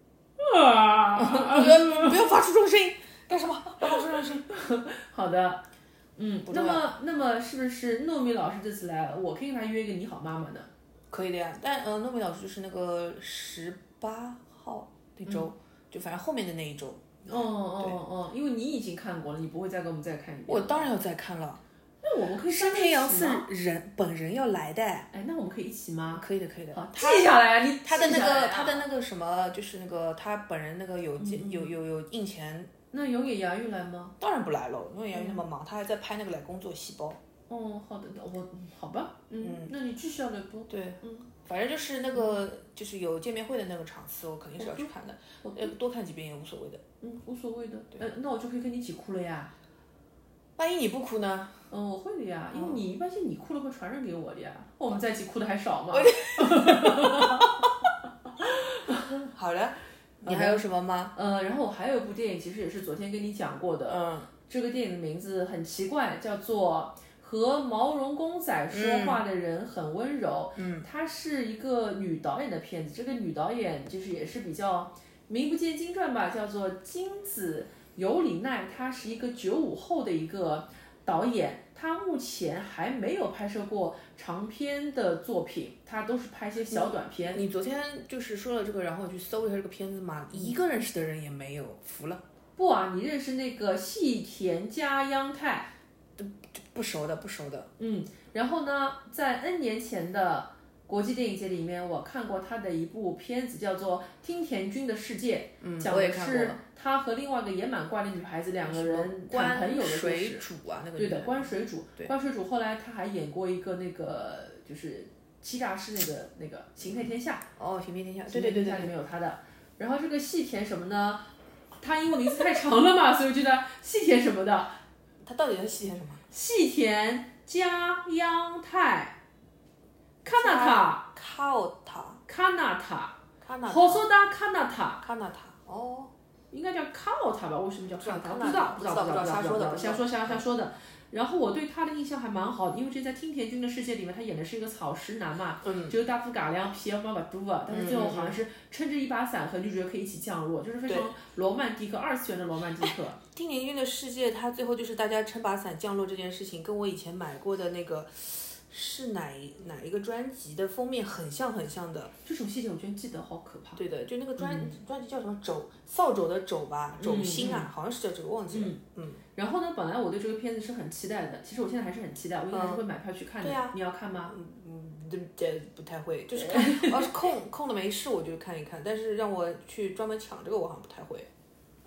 Speaker 2: (laughs)
Speaker 1: 啊，嗯
Speaker 2: 不要不要发出这种声音，
Speaker 1: (laughs)
Speaker 2: 干什么？不要发出这种声音。
Speaker 1: 好的。嗯，
Speaker 2: 不
Speaker 1: 那
Speaker 2: 重要
Speaker 1: 么那么是不是糯米老师这次来，我可以给他约一个你好妈妈呢？
Speaker 2: 可以的呀，但呃，诺米老师就是那个十八号那周，
Speaker 1: 嗯
Speaker 2: 就反正后面的那一周，
Speaker 1: 哦哦哦，因为你已经看过了，你不会再给我们再看一遍。
Speaker 2: 我当然要再看了。
Speaker 1: 那我们可以三
Speaker 2: 山
Speaker 1: 个
Speaker 2: 田
Speaker 1: 一
Speaker 2: 洋
Speaker 1: 起
Speaker 2: 次
Speaker 1: 吗？
Speaker 2: 人本人要来的，
Speaker 1: 哎，那我们可以一起吗？
Speaker 2: 可以的可以的。
Speaker 1: 好，记下来，你
Speaker 2: 他的那
Speaker 1: 记下来啊
Speaker 2: 个
Speaker 1: 嗯
Speaker 2: 他的那个什么，就是那个他本人那个有见有有有印钱，
Speaker 1: 那永野芽郁来吗？
Speaker 2: 当然不来了，因为
Speaker 1: 嗯
Speaker 2: 杨玉那么忙，他还在拍那个来工作细胞。
Speaker 1: 哦，好的，我嗯好吧，嗯，那你继续要来播，
Speaker 2: 对，嗯，反正就是那个就是有见面会的那个场次，我肯定是要去看的，
Speaker 1: 我
Speaker 2: 呃，多看几遍也无所谓的。
Speaker 1: 嗯，无所谓的，呃，那我就可以跟你一起哭了呀，
Speaker 2: 万一你不哭呢？ (laughs)
Speaker 1: 嗯，我会的呀，因为你一般性你哭了会传染给我的呀，我们在一起哭的还少吗？
Speaker 2: 好了，你还有什么吗？
Speaker 1: 呃，然后我还有一部电影，其实也是昨天跟你讲过的，
Speaker 2: 嗯，
Speaker 1: 这个电影的名字很奇怪，叫做。和毛绒公仔说话的人很温柔，嗯，它是一个女导演的片子，这个女导演就是也是比较名不见经传吧，叫做金子由里奈，她是一个九五后的一个导演，她目前还没有拍摄过长篇的作品，她都是拍一些小
Speaker 2: 嗯
Speaker 1: 短片，
Speaker 2: 你昨天就是说了这个，然后我去搜一下这个片子嘛，一个认识的人也没有，服了，
Speaker 1: 不啊，你认识那个细田家央太，
Speaker 2: 就不熟的不熟的。
Speaker 1: 嗯，然后呢，在 N 年前的国际电影节里面，我看过他的一部片子，叫做《听田君的世界》，
Speaker 2: 嗯，
Speaker 1: 讲
Speaker 2: 我也
Speaker 1: 的
Speaker 2: 看过
Speaker 1: 是
Speaker 2: 了。
Speaker 1: 他和另外一个也蛮怪的女孩子两个人谈
Speaker 2: 关
Speaker 1: 朋友的故
Speaker 2: 水
Speaker 1: 事。
Speaker 2: 煮啊，那个
Speaker 1: 对
Speaker 2: 女
Speaker 1: 的，
Speaker 2: 的
Speaker 1: 关水煮
Speaker 2: 对，
Speaker 1: 关水煮后来他还演过一个那个就是欺诈师那个那个《行骗天下》，
Speaker 2: 哦，行遍天下，
Speaker 1: 《
Speaker 2: 对
Speaker 1: 行
Speaker 2: 对
Speaker 1: 骗天
Speaker 2: 对对
Speaker 1: 下》里
Speaker 2: 对，
Speaker 1: 面有他的。然后这个细田什么呢？他英文名字太长了嘛，所以我觉得细田什么的，
Speaker 2: 他到底在戏些什么？
Speaker 1: 细田加央太，卡纳塔，
Speaker 2: 靠他，
Speaker 1: 卡纳塔，
Speaker 2: 卡纳
Speaker 1: 好说达卡纳塔。
Speaker 2: 卡纳塔，哦，
Speaker 1: 应该叫 Kao 他吧？为什么叫 Kao 他？
Speaker 2: 不
Speaker 1: 不
Speaker 2: 知
Speaker 1: 知道，
Speaker 2: 道不
Speaker 1: 不
Speaker 2: 知
Speaker 1: 知
Speaker 2: 道
Speaker 1: 道，不
Speaker 2: 不知
Speaker 1: 知
Speaker 2: 道
Speaker 1: 道，
Speaker 2: 瞎说的不知道
Speaker 1: 瞎说瞎瞎说的。然后我对他的印象还蛮好的，因为之前在听田君的世界里面，他演的是一个草食男嘛，
Speaker 2: 嗯，
Speaker 1: 就是大富嘎亮皮妈妈嘟啊，但是最后好像是撑着一把伞和女主角可以一起降落，就是非常罗曼蒂克二次元的罗曼蒂克。
Speaker 2: 丁连君的世界，他最后就是大家撑把伞降落这件事情，跟我以前买过的那个是哪一哪一个专辑的封面很像很像的。
Speaker 1: 这种细节我居然记得好可怕。
Speaker 2: 对的，就那个专、专辑叫什么肘扫帚的肘吧，肘心啊，好像是叫这个忘记了。
Speaker 1: 然后呢，本来我对这个片子是很期待的，其实我现在还是很期待，我应该还是会买票去看的。
Speaker 2: 嗯对啊
Speaker 1: 你要看吗？
Speaker 2: 嗯，这这不太会，就是看，我要是空空了没事我就看一看，但是让我去专门抢这个，我好像不太会。
Speaker 1: 哦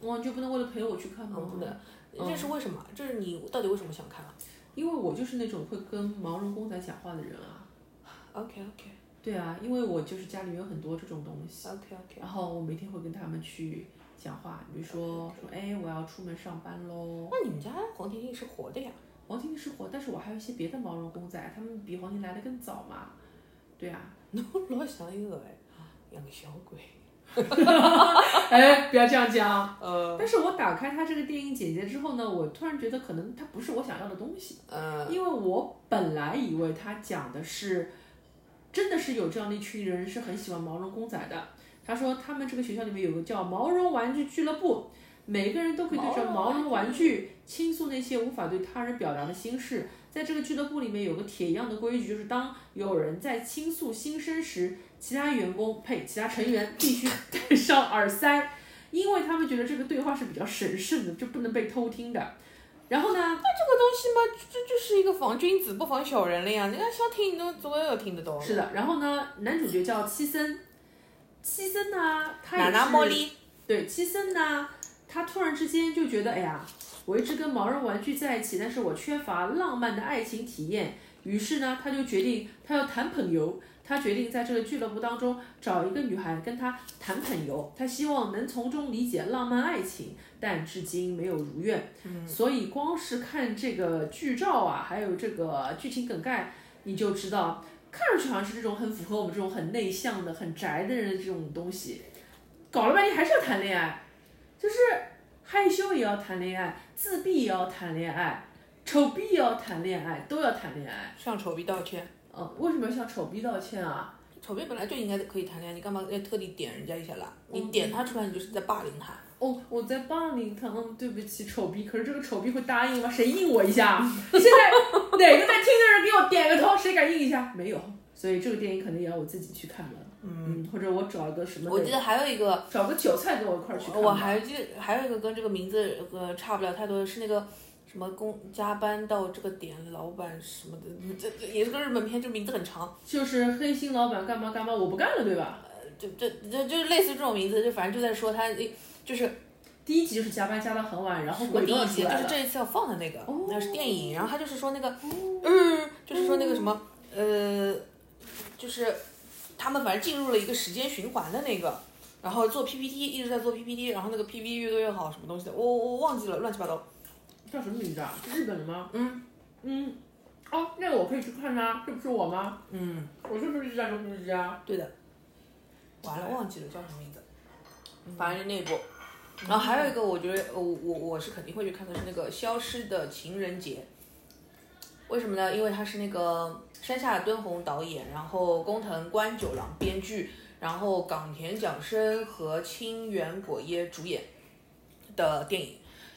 Speaker 1: 哇，你就不能为了陪我去看吗？
Speaker 2: 嗯，不能。这是为什么？这是你到底为什么想看啊
Speaker 1: 因为我就是那种会跟盲人公仔讲话的人啊。
Speaker 2: ？OK OK
Speaker 1: 对啊，因为我就是家里面有很多这种东西，
Speaker 2: OK OK。
Speaker 1: 然后我每天会跟他们去讲话，比如说说，哎，我要出门上班喽。
Speaker 2: 那你们家黄婷婷是活的呀？
Speaker 1: 黄婷婷是活，但是我还有一些别的毛绒公仔，他们比黄婷来的更早嘛。
Speaker 2: (laughs)
Speaker 1: 对啊，
Speaker 2: 我老想一个哎，养个小鬼。
Speaker 1: 哎，不要这样讲。
Speaker 2: 呃
Speaker 1: 但是我打开它这个电影简介之后呢，我突然觉得可能它不是我想要的东西。
Speaker 2: 呃，
Speaker 1: 因为我本来以为他讲的是，真的是有这样的一群人是很喜欢毛绒公仔的。他说他们这个学校里面有个叫毛绒玩具俱乐部，每个人都可以对着毛绒玩具倾诉那些无法对他人表达的心事。在这个俱乐部里面有个铁一样的规矩，就是当有人在倾诉心声时，其他员工呸，其他成员必须戴上耳塞，因为他们觉得这个对话是比较神圣的，就不能被偷听的。然后呢，
Speaker 2: 这就是一个防君子不防小人了呀。人家想听，你都总要听得懂。
Speaker 1: 是的，然后呢，男主角叫七森，七森呢，他也
Speaker 2: 娜
Speaker 1: 是
Speaker 2: 娜茉莉，
Speaker 1: 对七森呢，他突然之间就觉得，哎呀，我一直跟毛绒玩具在一起，但是我缺乏浪漫的爱情体验。于是呢，他就决定他要谈朋友，他决定在这个俱乐部当中找一个女孩跟他谈朋友，他希望能从中理解浪漫爱情，但至今没有如愿。所以光是看这个剧照啊，还有这个剧情梗概，你就知道。看上去好像是这种很符合我们这种很内向的、很宅的人的这种东西，搞了半天还是要谈恋爱，就是害羞也要谈恋爱，自闭也要谈恋爱，丑逼也要谈恋爱，都要谈恋爱。
Speaker 2: 向丑逼道歉。
Speaker 1: 嗯，为什么要向丑逼道歉啊？
Speaker 2: 丑逼本来就应该可以谈恋爱，你干嘛要特地点人家一下啦？
Speaker 1: 嗯
Speaker 2: 你点他出来，你就是在霸凌他。
Speaker 1: 哦，我在霸凌他，嗯，对不起，丑逼。可是这个丑逼会答应吗？谁应我一
Speaker 2: (laughs)
Speaker 1: 下？现在哪个在听的人给我点个头？谁敢应一下？没有。所以这个电影可能也要我自己去看了，嗯，或者我找一个什么
Speaker 2: 我
Speaker 1: 人，
Speaker 2: 记得还有一个，
Speaker 1: 找个韭菜跟我一块儿去看啊吧。
Speaker 2: 我还记得还有一个跟这个名字呃差不了太多的是那个。什么工加班到这个点，老板什么的，这这也是个日本片，这名字很长，呃
Speaker 1: 就是黑心老板干嘛干嘛，我不干了，对吧？
Speaker 2: 就这这就是类似这种名字，就反正就在说他，就是
Speaker 1: 第一集就是加班加到很晚，然后
Speaker 2: 我
Speaker 1: 鬼
Speaker 2: 第
Speaker 1: 都要
Speaker 2: 一
Speaker 1: 出
Speaker 2: 集就
Speaker 1: 来
Speaker 2: 是
Speaker 1: 了。
Speaker 2: 这一次要放的那个，
Speaker 1: 哦
Speaker 2: 那是电影。然后他就是说那个，嗯，就是说那个什么，呃，就是他们反正进入了一个时间循环的那个，然后做 PPT 一直在做 PPT，然后那个 PPT 越多越好，什么东西的，我我忘记了，乱七八糟。
Speaker 1: 叫什么名字啊？日本的吗？嗯嗯，哦，那个我可以去看啊，这不是我吗？
Speaker 2: 嗯，
Speaker 1: 我是不是在中公司啊？
Speaker 2: 对的，完了忘记了叫什么名字，反正就那一部。然后还有一个，我觉得呃我我我是肯定会去看的是那个《消失的情人节》，为什么呢？因为他是那个山下敦弘导演，然后工藤官九郎编剧，然后冈田将生和清源果耶主演的电影。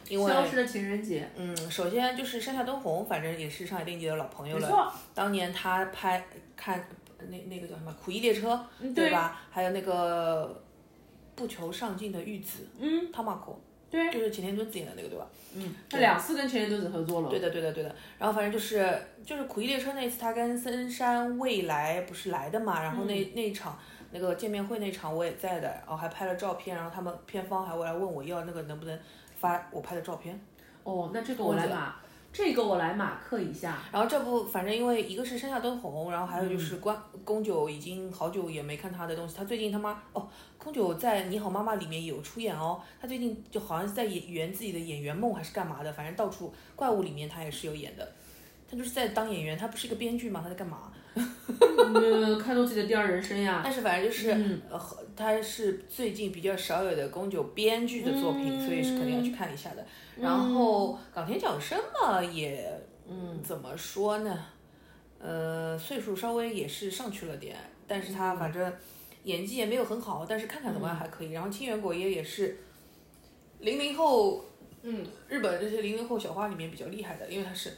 Speaker 2: 因为
Speaker 1: 消失的情人节，
Speaker 2: 嗯，首先就是山下敦弘，反正也是上海电影节的老朋友
Speaker 1: 没
Speaker 2: 了。
Speaker 1: 错，
Speaker 2: 当年他拍看那那个叫什么《苦役列车》。
Speaker 1: 嗯
Speaker 2: 对
Speaker 1: 对，
Speaker 2: 吧？还有那个不求上进的玉子，嗯，汤马口，
Speaker 1: 对，
Speaker 2: 就是前田敦子演的那个对吧？
Speaker 1: 嗯，他两次跟前田敦子合作了，
Speaker 2: 对的，对的，对的。然后反正就是就是《苦役列车》那次，他跟森山未来不是来的嘛，然后那、那一场那个见面会那场我也在的，然后还拍了照片，然后他们片方还过来问我要那个能不能发我拍的照片。
Speaker 1: 哦，那这个我来马，这个我来马克一下。
Speaker 2: (laughs) 然后这部反正因为一个是山下敦弘，然后还有就是关宫九已经好久也没看他的东西，他最近他妈哦，宫九在《你好妈妈》里面有出演哦，他最近就好像是在演圆自己的演员梦还是干嘛的，反正到处怪物里面他也是有演的，他就是在当演员，他不是一个编剧嘛，他在干嘛？
Speaker 1: 嗯，看懂自己的第二人生呀。嗯
Speaker 2: 但是反正就是、呃，和他是最近比较少有的宫九编剧的作品，所以是肯定要去看一下的。然后冈田将生嘛，也嗯，怎么说呢？呃，岁数稍微也是上去了点，但是他反正演技也没有很好，但是看看怎么样还可以。然后清源果耶也是零零后，嗯，日本这些零零后小花里面比较厉害的，因为他是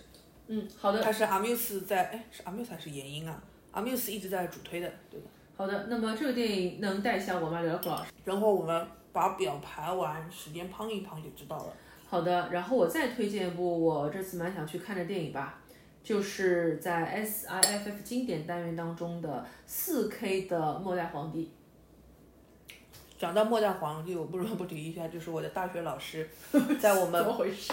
Speaker 1: 嗯，好的，
Speaker 2: 他是 Amuse 在哎是 Amuse 还是研音啊？Amuse 一直在主推的，对吧？
Speaker 1: 好的。那么这个电影能带下我吗？刘老师。
Speaker 2: 然后我们把表排完，时间胖一胖就知道了。
Speaker 1: 好的，然后我再推荐一部我这次蛮想去看的电影吧，就是在 SIFF 经典单元当中的 4K 的《末代皇帝》。
Speaker 2: 讲到末代皇帝，我不得不提一下，就是我的大学老师， (laughs) 在我们
Speaker 1: 怎么回事？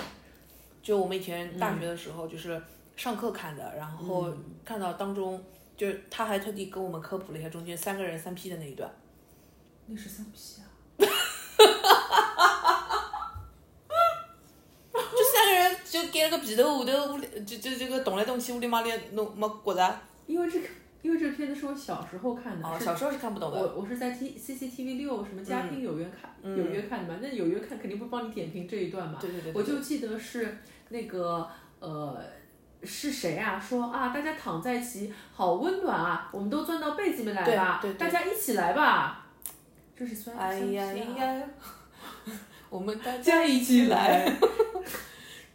Speaker 2: 就我们以前大学的时候，就是上课看的，然后看到当中，就是他还特地跟我们科普了一下中间三个人三 P 的那一段。
Speaker 1: 那是三 P 啊。
Speaker 2: 就三个人就盖了个被头，下头屋里就就这个动来动去，屋里嘛里弄没觉着。
Speaker 1: 因为这个，因为这个片子是我小时候看的，
Speaker 2: 哦，
Speaker 1: 是
Speaker 2: 小时候是看不懂的。嗯
Speaker 1: 我我是在 T C C T V 六什么嘉宾有约看、有约看的嘛，那有约看肯定不帮你点评这一段嘛。
Speaker 2: 对对对对
Speaker 1: 我就记得是那个呃是谁啊？说啊，大家躺在一起好温暖啊，我们都钻到被子里面来吧，
Speaker 2: 对对对
Speaker 1: 大家一起来吧。这是酸
Speaker 2: 哎呀
Speaker 1: 酸
Speaker 2: 哎
Speaker 1: 皮啊
Speaker 2: 呀，我们大
Speaker 1: 家一起来。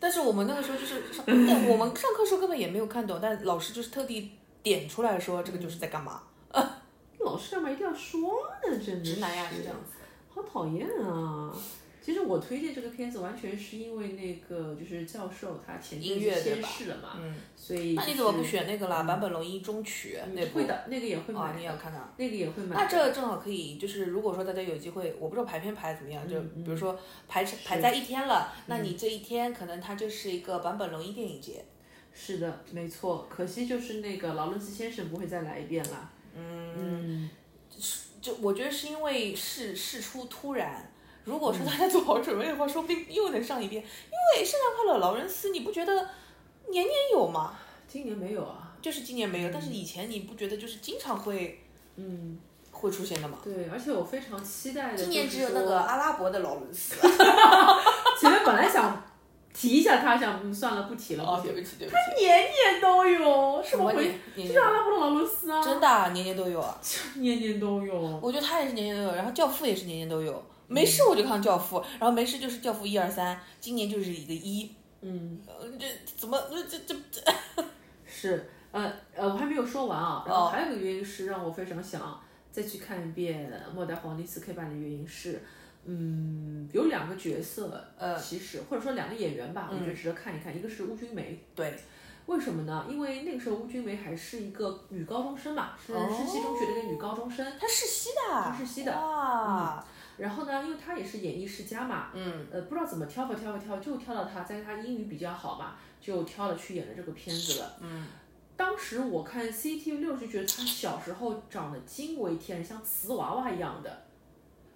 Speaker 2: 但是我们那个时候就是上，但我们上课时候根本也没有看懂，但老师就是特地点出来说这个就是在干嘛，
Speaker 1: 老师干嘛一定要说呢？真的
Speaker 2: 直男呀
Speaker 1: 是
Speaker 2: 是这样子。
Speaker 1: 好讨厌啊！其实我推荐这个片子，完全是因为那个就是教授他前阵
Speaker 2: 音
Speaker 1: 子
Speaker 2: 乐对
Speaker 1: 先
Speaker 2: 吧
Speaker 1: 逝了嘛，
Speaker 2: 嗯，
Speaker 1: 所以、就
Speaker 2: 那你怎么不
Speaker 1: 是嗯
Speaker 2: 选那个啦？坂本龙一中曲那部
Speaker 1: 会的，那个也会买
Speaker 2: 啊，
Speaker 1: 的，
Speaker 2: 你也要看啊？
Speaker 1: 那个也会买的。
Speaker 2: 那这正好可以，就是如果说大家有机会，我不知道排片排怎么样，就
Speaker 1: 嗯
Speaker 2: 比如说排成排在一天了，那你这一天可能它就是一个坂本龙一电影节。
Speaker 1: 是的，没错。可惜就是那个劳伦斯先生不会再来一遍啦。嗯
Speaker 2: 就我觉得是因为事事出突然。如果
Speaker 1: 嗯
Speaker 2: 说大家做好准备的话，说不定又能上一遍。因为圣诞快乐，劳伦斯，你不觉得年年有吗？
Speaker 1: 嗯今年没有啊。
Speaker 2: 就是今年没有，但是以前你不觉得就是经常会
Speaker 1: 嗯，
Speaker 2: 会出现的吗？
Speaker 1: 对，而且我非常期待的。
Speaker 2: 今年只有那个。阿拉伯的劳伦斯。
Speaker 1: 前面本来想提一下他，想嗯算了不提了。不提了
Speaker 2: 不起，哦对不起。
Speaker 1: 年年都有，是
Speaker 2: 什
Speaker 1: 么
Speaker 2: 么
Speaker 1: 回
Speaker 2: 年
Speaker 1: 事？
Speaker 2: 年
Speaker 1: 就是阿拉伯的劳伦斯啊，
Speaker 2: 真的啊、年年都有啊！
Speaker 1: 年年都有。
Speaker 2: 我觉得他也是年年都有，
Speaker 1: 嗯
Speaker 2: 然后《教父》也是年年都有。没事我就看《教父》，然后没事就是《教父》一二三，今年就是一个一，
Speaker 1: 嗯。
Speaker 2: 呃，这怎么这这这
Speaker 1: 是，呃呃，我还没有说完啊。
Speaker 2: 哦
Speaker 1: 然后还有一个原因是让我非常想再去看一遍《末代皇帝》四 K 版的原因是，嗯，有两个角色，呃，其实或者说两个演员吧，我觉得值得看一看。一个是邬君梅，
Speaker 2: 嗯对，
Speaker 1: 为什么呢？因为那个时候邬君梅还是一个女高中生嘛，是
Speaker 2: 哦
Speaker 1: 世袭中学的一个女高中生。
Speaker 2: 他是西的啊，
Speaker 1: 嗯他是西的
Speaker 2: 哇，
Speaker 1: 然后呢，因为她也是演艺世家嘛，嗯，呃，不知道怎么挑吧挑吧挑，就挑到她，但是她英语比较好嘛，就挑了去演了这个片子了，嗯。当时我看 CCTV 六就觉得她小时候长得惊为天人，像瓷娃娃一样的。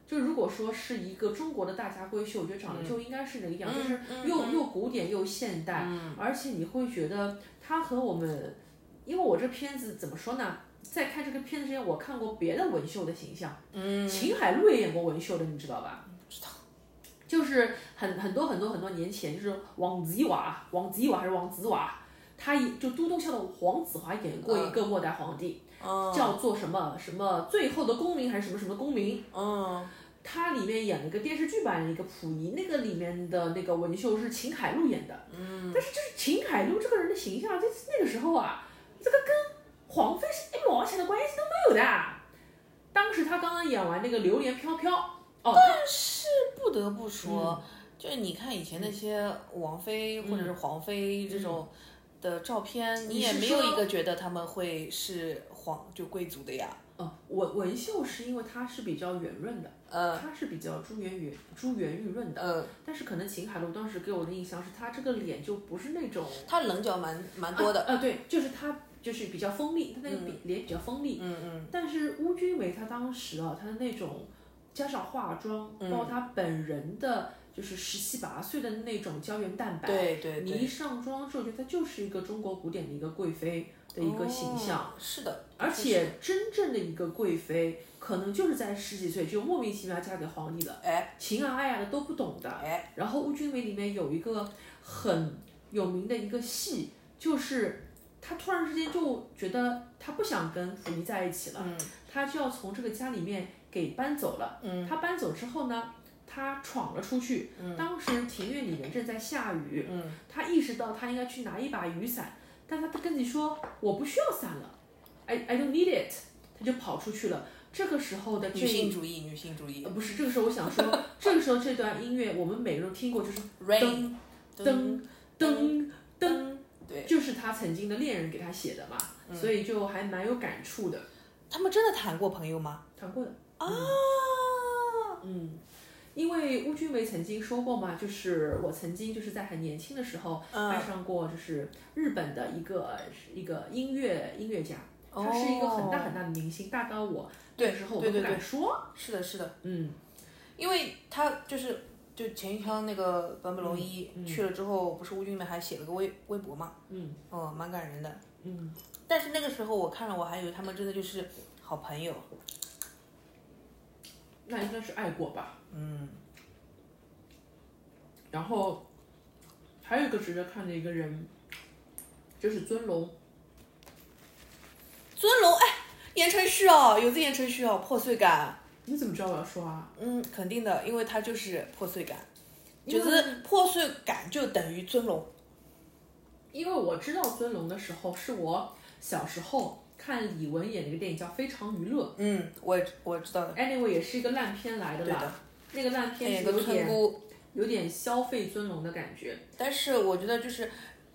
Speaker 1: 就如果说是一个中国的大家闺秀，我觉得长得就应该是那个样，嗯就是
Speaker 2: 嗯
Speaker 1: 又、又古典又现代，而且你会觉得她和我们，因为我这片子怎么说呢？在看这个片子之前，我看过别的文秀的形象，嗯，秦海璐也演过文秀的，你知道吧？知道，就是很很多很多很多年前，就是王子瓦，王子瓦还是王子瓦，他也就都东校的黄子华演过一个末代皇帝，叫做什么什么最后的公民还是什么什么公民，
Speaker 2: 嗯，
Speaker 1: 它里面演了一个电视剧版的一个溥仪，那个里面的那个文秀是秦海璐演的。嗯，但是就是秦海璐这个人的形象，就是那个时候啊，这个跟黄飞是一毛钱的关系都没有的啊。当时他刚刚演完那个《榴莲飘飘》，哦，嗯
Speaker 2: 但是不得不说，就是你看以前那些王菲或者是皇妃这种的照片，
Speaker 1: 嗯
Speaker 2: 你也
Speaker 5: 是
Speaker 2: 没有
Speaker 5: 说
Speaker 2: 一个觉得他们会是皇就贵族的呀。
Speaker 1: 哦，文文秀是因为它是比较圆润的，
Speaker 2: 嗯
Speaker 1: 它是比较珠圆圆珠圆玉润的，
Speaker 2: 嗯，
Speaker 1: 但是可能秦海璐当时给我的印象是她这个脸就不是那种
Speaker 2: 他棱角蛮蛮多的。
Speaker 1: 啊，啊对，就是她就是比较锋利，她那个比、脸比较锋利，
Speaker 2: 嗯嗯
Speaker 1: 但是邬君梅她当时啊，她的那种加上化妆，
Speaker 2: 嗯
Speaker 1: 包括她本人的就是十七八岁的那种胶原蛋白，
Speaker 2: 对对
Speaker 1: 你
Speaker 2: 对，
Speaker 1: 一上妆之后，觉得她就是一个中国古典的一个贵妃的一个形象。
Speaker 2: 哦是的，
Speaker 1: 而
Speaker 2: 确实
Speaker 1: 且真正的一个贵妃，可能就是在十几岁就莫名其妙嫁给皇帝了，
Speaker 2: 哎
Speaker 1: 情啊爱啊的都不懂的。
Speaker 2: 哎，
Speaker 1: 然后《邬君梅》里面有一个很有名的一个戏，就是她突然之间就觉得她不想跟溥仪在一起了，
Speaker 2: 嗯
Speaker 1: 她就要从这个家里面给搬走了。
Speaker 2: 嗯
Speaker 1: 她搬走之后呢，她闯了出去。当时庭院里面正在下雨，
Speaker 2: 嗯
Speaker 1: 她意识到她应该去拿一把雨伞，但她跟你说我不需要伞了，I I don't need it，她就跑出去了。这个时候的这
Speaker 2: 女
Speaker 1: 一
Speaker 2: 性主义，女性主义
Speaker 1: 呃，不是，这个时候我想
Speaker 2: (laughs)
Speaker 1: 说，这个时候这段音乐我们每个人都听过，就是
Speaker 2: ，rain，
Speaker 1: 噔噔噔，
Speaker 2: 噔，对，嗯
Speaker 1: 就是他曾经的恋人给他写的嘛，所以就还蛮有感触的。
Speaker 2: 他们真的谈过朋友吗？
Speaker 1: 谈过的，
Speaker 2: 啊，
Speaker 1: 嗯，因为邬君梅曾经说过嘛，就是我曾经就是在很年轻的时候爱
Speaker 2: 嗯，
Speaker 1: 上过，就是日本的一个一个音乐音乐家，
Speaker 2: 哦
Speaker 1: 他是一个很大很大的明星，大到我那
Speaker 2: 对
Speaker 1: 个时候我
Speaker 2: 对
Speaker 1: 都不
Speaker 2: 对对
Speaker 1: 敢说，
Speaker 2: 是的，是的，
Speaker 1: 嗯，
Speaker 2: 因为他就是就前一天那个坂本
Speaker 1: 嗯
Speaker 2: 龙一去了之后，不是吴君梅还写了个微微博嘛，
Speaker 1: 嗯，
Speaker 2: 哦，蛮感人的。
Speaker 1: 嗯，
Speaker 2: 但是那个时候我看了，我还以为他们真的就是好朋友。
Speaker 1: 那应该是爱过吧。
Speaker 2: 嗯，
Speaker 1: 然后还有一个值得看的一个人，就是尊龙，
Speaker 2: 尊龙，哎，言承旭哦，有这言承旭哦，破碎感，
Speaker 1: 你怎么知道我要说啊？
Speaker 2: 嗯，肯定的，因为他就是破碎感，
Speaker 1: 因
Speaker 2: 就
Speaker 1: 为
Speaker 2: 是破碎感就等于尊龙。
Speaker 1: 因为我知道尊龙的时候，是我小时候看李玟演的一个电影叫《非常娱乐
Speaker 2: 嗯，我也我知道的，》
Speaker 1: ，anyway 也是一个烂片来的
Speaker 2: 对
Speaker 1: 啦。
Speaker 2: 的
Speaker 1: 那个烂
Speaker 2: 他
Speaker 1: 片
Speaker 2: 演
Speaker 1: 是
Speaker 2: 个
Speaker 1: 哎有
Speaker 2: 村
Speaker 1: 点
Speaker 2: 姑。
Speaker 1: 有点消费尊龙的感觉。
Speaker 2: 但是我觉得就是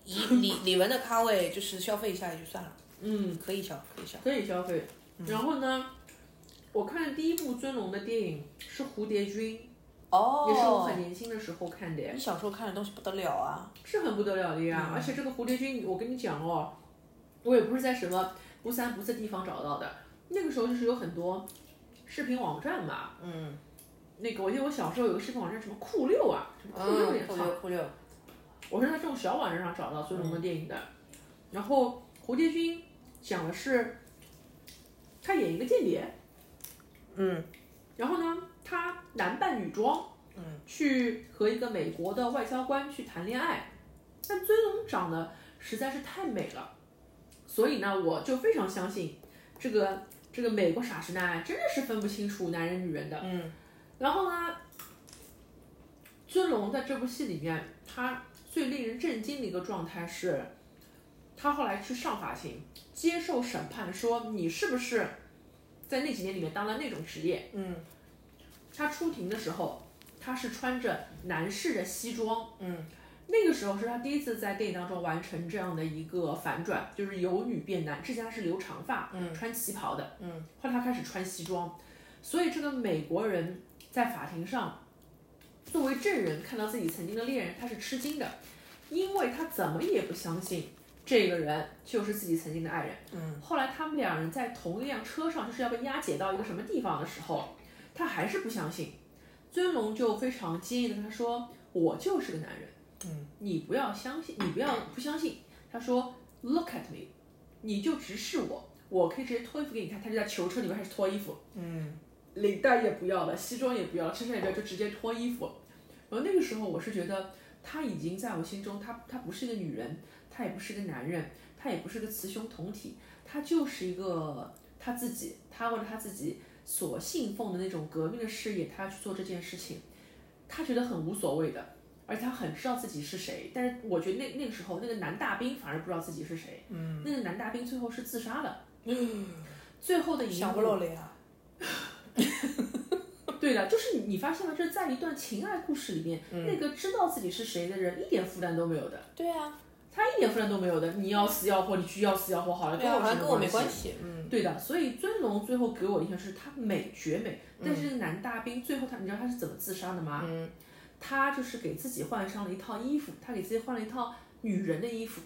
Speaker 2: 以 (laughs) 李李玟的咖位，就是消费一下也就算了，
Speaker 1: 嗯，
Speaker 2: 可以消可以消。
Speaker 1: 可以消费。然后呢，我看第一部尊龙的电影是《蝴蝶君》，
Speaker 2: 哦
Speaker 1: 也是我很年轻的时候看的耶。
Speaker 2: 你小时候看的东西不得了啊！
Speaker 1: 是很不得了的呀。
Speaker 2: 嗯
Speaker 1: 而且这个蝴蝶君，我跟你讲哦，我也不是在什么不三不四地方找到的，那个时候就是有很多视频网站嘛。
Speaker 2: 嗯，
Speaker 1: 那个我记得我小时候有个视频网站，什么酷六啊，什么酷六也
Speaker 2: 酷
Speaker 1: 好，
Speaker 2: 六酷六，
Speaker 1: 我是在这种小网站上找到尊
Speaker 2: 嗯
Speaker 1: 龙的电影的。然后蝴蝶君讲的是他演一个间谍，
Speaker 2: 嗯，
Speaker 1: 然后呢，他男扮女装，嗯，去和一个美国的外交官去谈恋爱。但尊龙长得实在是太美了，所以呢，我就非常相信这个这个美国傻直男真的是分不清楚男人女人的。
Speaker 2: 嗯，
Speaker 1: 然后呢，尊龙在这部戏里面，他最令人震惊的一个状态是，他后来去上法庭接受审判，说你是不是在那几年里面当了那种职业？
Speaker 2: 嗯，
Speaker 1: 他出庭的时候，他是穿着男士的西装，
Speaker 2: 嗯，
Speaker 1: 那个时候是他第一次在电影当中完成这样的一个反转，就是由女变男，之前他是留长发，嗯，穿旗袍的，
Speaker 2: 嗯，
Speaker 1: 后来他开始穿西装，所以这个美国人在法庭上。作为证人看到自己曾经的恋人，他是吃惊的，因为他怎么也不相信这个人就是自己曾经的爱人。嗯，后来他们两人在同一辆车上，就是要被押解到一个什么地方的时候，他还是不相信。尊龙就非常坚毅的他说：“我就是个男人，嗯，你不要相信，你不要不相信。”他说：“Look at me，你就直视我，我可以直接脱衣服给你看。”他就在囚车里面开始脱衣服，
Speaker 2: 嗯，
Speaker 1: 领带也不要了，西装也不要了，衬衫也不要，就直接脱衣服。然后那个时候，我是觉得她已经在我心中，她她不是一个女人，她也不是一个男人，她也不是个雌雄同体，她就是一个她自己，她为了她自己所信奉的那种革命的事业，她要去做这件事情，她觉得很无所谓的，而且她很知道自己是谁。但是我觉得那那个时候，那个男大兵反而不知道自己是谁，嗯，那个男大兵最后是自杀的，嗯，最后的一幕
Speaker 2: 想不漏了呀。
Speaker 1: (laughs) 对的，就是你发现吗？就是在一段情爱故事里面，
Speaker 2: 嗯
Speaker 1: 那个知道自己是谁的人一点负担都没有的，
Speaker 2: 对啊，
Speaker 1: 他一点负担都没有的。你要死要活，你去要死要活好了，
Speaker 2: 对啊，好像
Speaker 1: 跟
Speaker 2: 跟
Speaker 1: 我
Speaker 2: 我
Speaker 1: 有什么
Speaker 2: 没关
Speaker 1: 系。
Speaker 2: 系，嗯，
Speaker 1: 对的，所以尊龙最后给我的印象是他美绝美，但是男大兵最后他，你知道他是怎么自杀的吗？
Speaker 2: 嗯
Speaker 1: 他就是给自己换上了一套衣服，他给自己换了一套女人的衣服，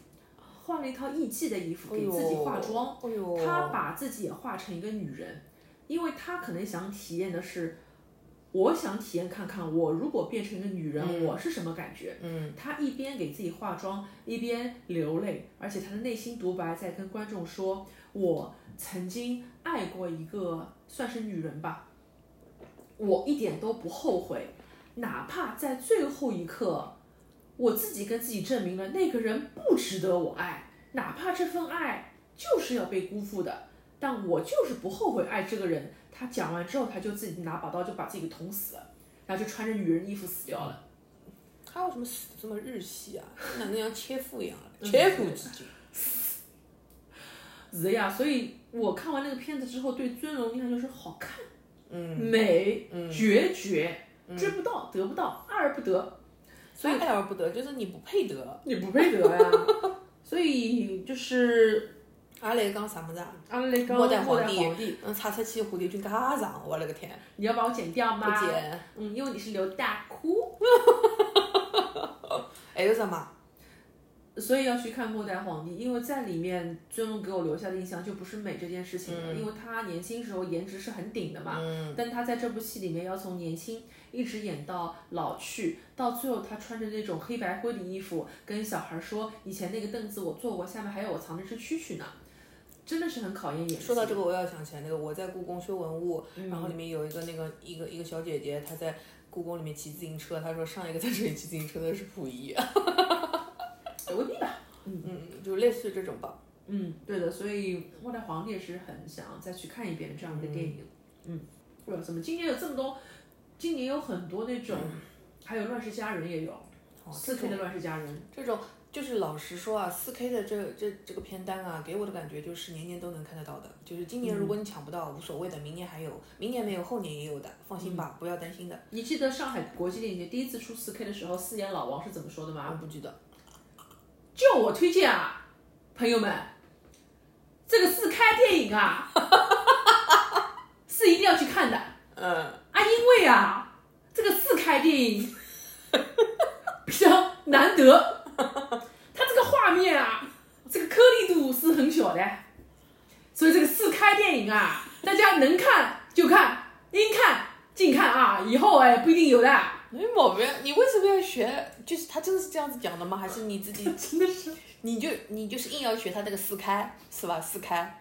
Speaker 1: 换了一套艺妓的衣服，
Speaker 2: 哎
Speaker 1: 给
Speaker 2: 呦
Speaker 1: 自己化妆。
Speaker 2: 哎呦，
Speaker 1: 他把自己也化成一个女人，因为他可能想体验的是，我想体验看看我如果变成一个女人，我是什么感觉。
Speaker 2: 嗯，
Speaker 1: 他一边给自己化妆，一边流泪，而且他的内心独白在跟观众说：“我曾经爱过一个算是女人吧，我一点都不后悔，哪怕在最后一刻，我自己跟自己证明了那个人不值得我爱，哪怕这份爱就是要被辜负的，但我就是不后悔爱这个人。”他讲完之后，他就自己拿把刀就把自己给捅死了，然后就穿着女人衣服死掉了。
Speaker 2: 他为什么死这么日系啊？跟哪能像切腹一样啊，切腹自尽，
Speaker 1: 是的呀，所以我看完那个片子之后，对尊龙印象就是好看，嗯，美，决绝，追不到，得不到，爱而不得，
Speaker 2: 所以爱而不得，就是你不配得。
Speaker 1: 你不配得呀。所以就是
Speaker 2: 阿雷讲啥么子啊？
Speaker 1: 阿拉蕾刚
Speaker 2: 末代
Speaker 1: 末代
Speaker 2: 皇帝
Speaker 1: 皇帝，
Speaker 2: 嗯，插出去蝴蝶君介长，啊我勒个天！
Speaker 1: 你要把我剪掉
Speaker 2: 不
Speaker 1: 吗？
Speaker 2: 剪，
Speaker 1: 嗯，因为你是刘大哭，
Speaker 2: 还哎有什么？
Speaker 1: 所以要去看《末代皇帝》，因为在里面尊龙给我留下的印象就不是美这件事情了，因为他年轻时候颜值是很顶的嘛，但他在这部戏里面要从年轻一直演到老去，到最后他穿着那种黑白灰的衣服，跟小孩说以前那个凳子我坐过，下面还有我藏着一只蛐蛐呢，真的是很考验演技。
Speaker 2: 说到这个，我要想起来那个我在故宫修文物，
Speaker 1: 嗯
Speaker 2: 然后里面有一个那个一个一个小姐姐，她在故宫里面骑自行车，她说上一个在这里骑自行车的是溥仪，
Speaker 1: 未必吧，
Speaker 2: 嗯，就类似于这种吧。
Speaker 1: 嗯，对的，所以《末代皇帝》也是很想再去看一遍这样的电影。嗯，为了什么？今年有这么多，今年有很多那种，还有《乱世佳人》也有，
Speaker 2: 哦
Speaker 1: 四 K 的《乱世佳人》。
Speaker 2: 这种就是老实说啊，四 K 的这这这个片单啊，给我的感觉就是年年都能看得到的。就是今年如果你抢不到，无所谓的，明年还有，明年没有，后年也有的，放心吧，不要担心的。
Speaker 1: 你记得上海国际电影节第一次出四 K 的时候，四眼老王是怎么说的吗？
Speaker 2: 我不记得，
Speaker 1: 叫我推荐啊，朋友们，这个四 K 电影啊， (laughs) 是一定要去看的啊，
Speaker 2: 嗯，
Speaker 1: 因为啊，这个四 K 电影比较难得，它这个画面啊，这个颗粒度是很小的，所以这个四 K 电影啊，大家能看就看，应看尽看啊，以后哎不一定有
Speaker 2: (laughs)
Speaker 1: 的，
Speaker 2: 没毛病。你为什么要学？就是他真的是这样子讲的吗？还是你自 (laughs) 己
Speaker 1: 真的是。
Speaker 2: 你就你就是硬要学他那个撕开是吧？撕 (laughs) 开，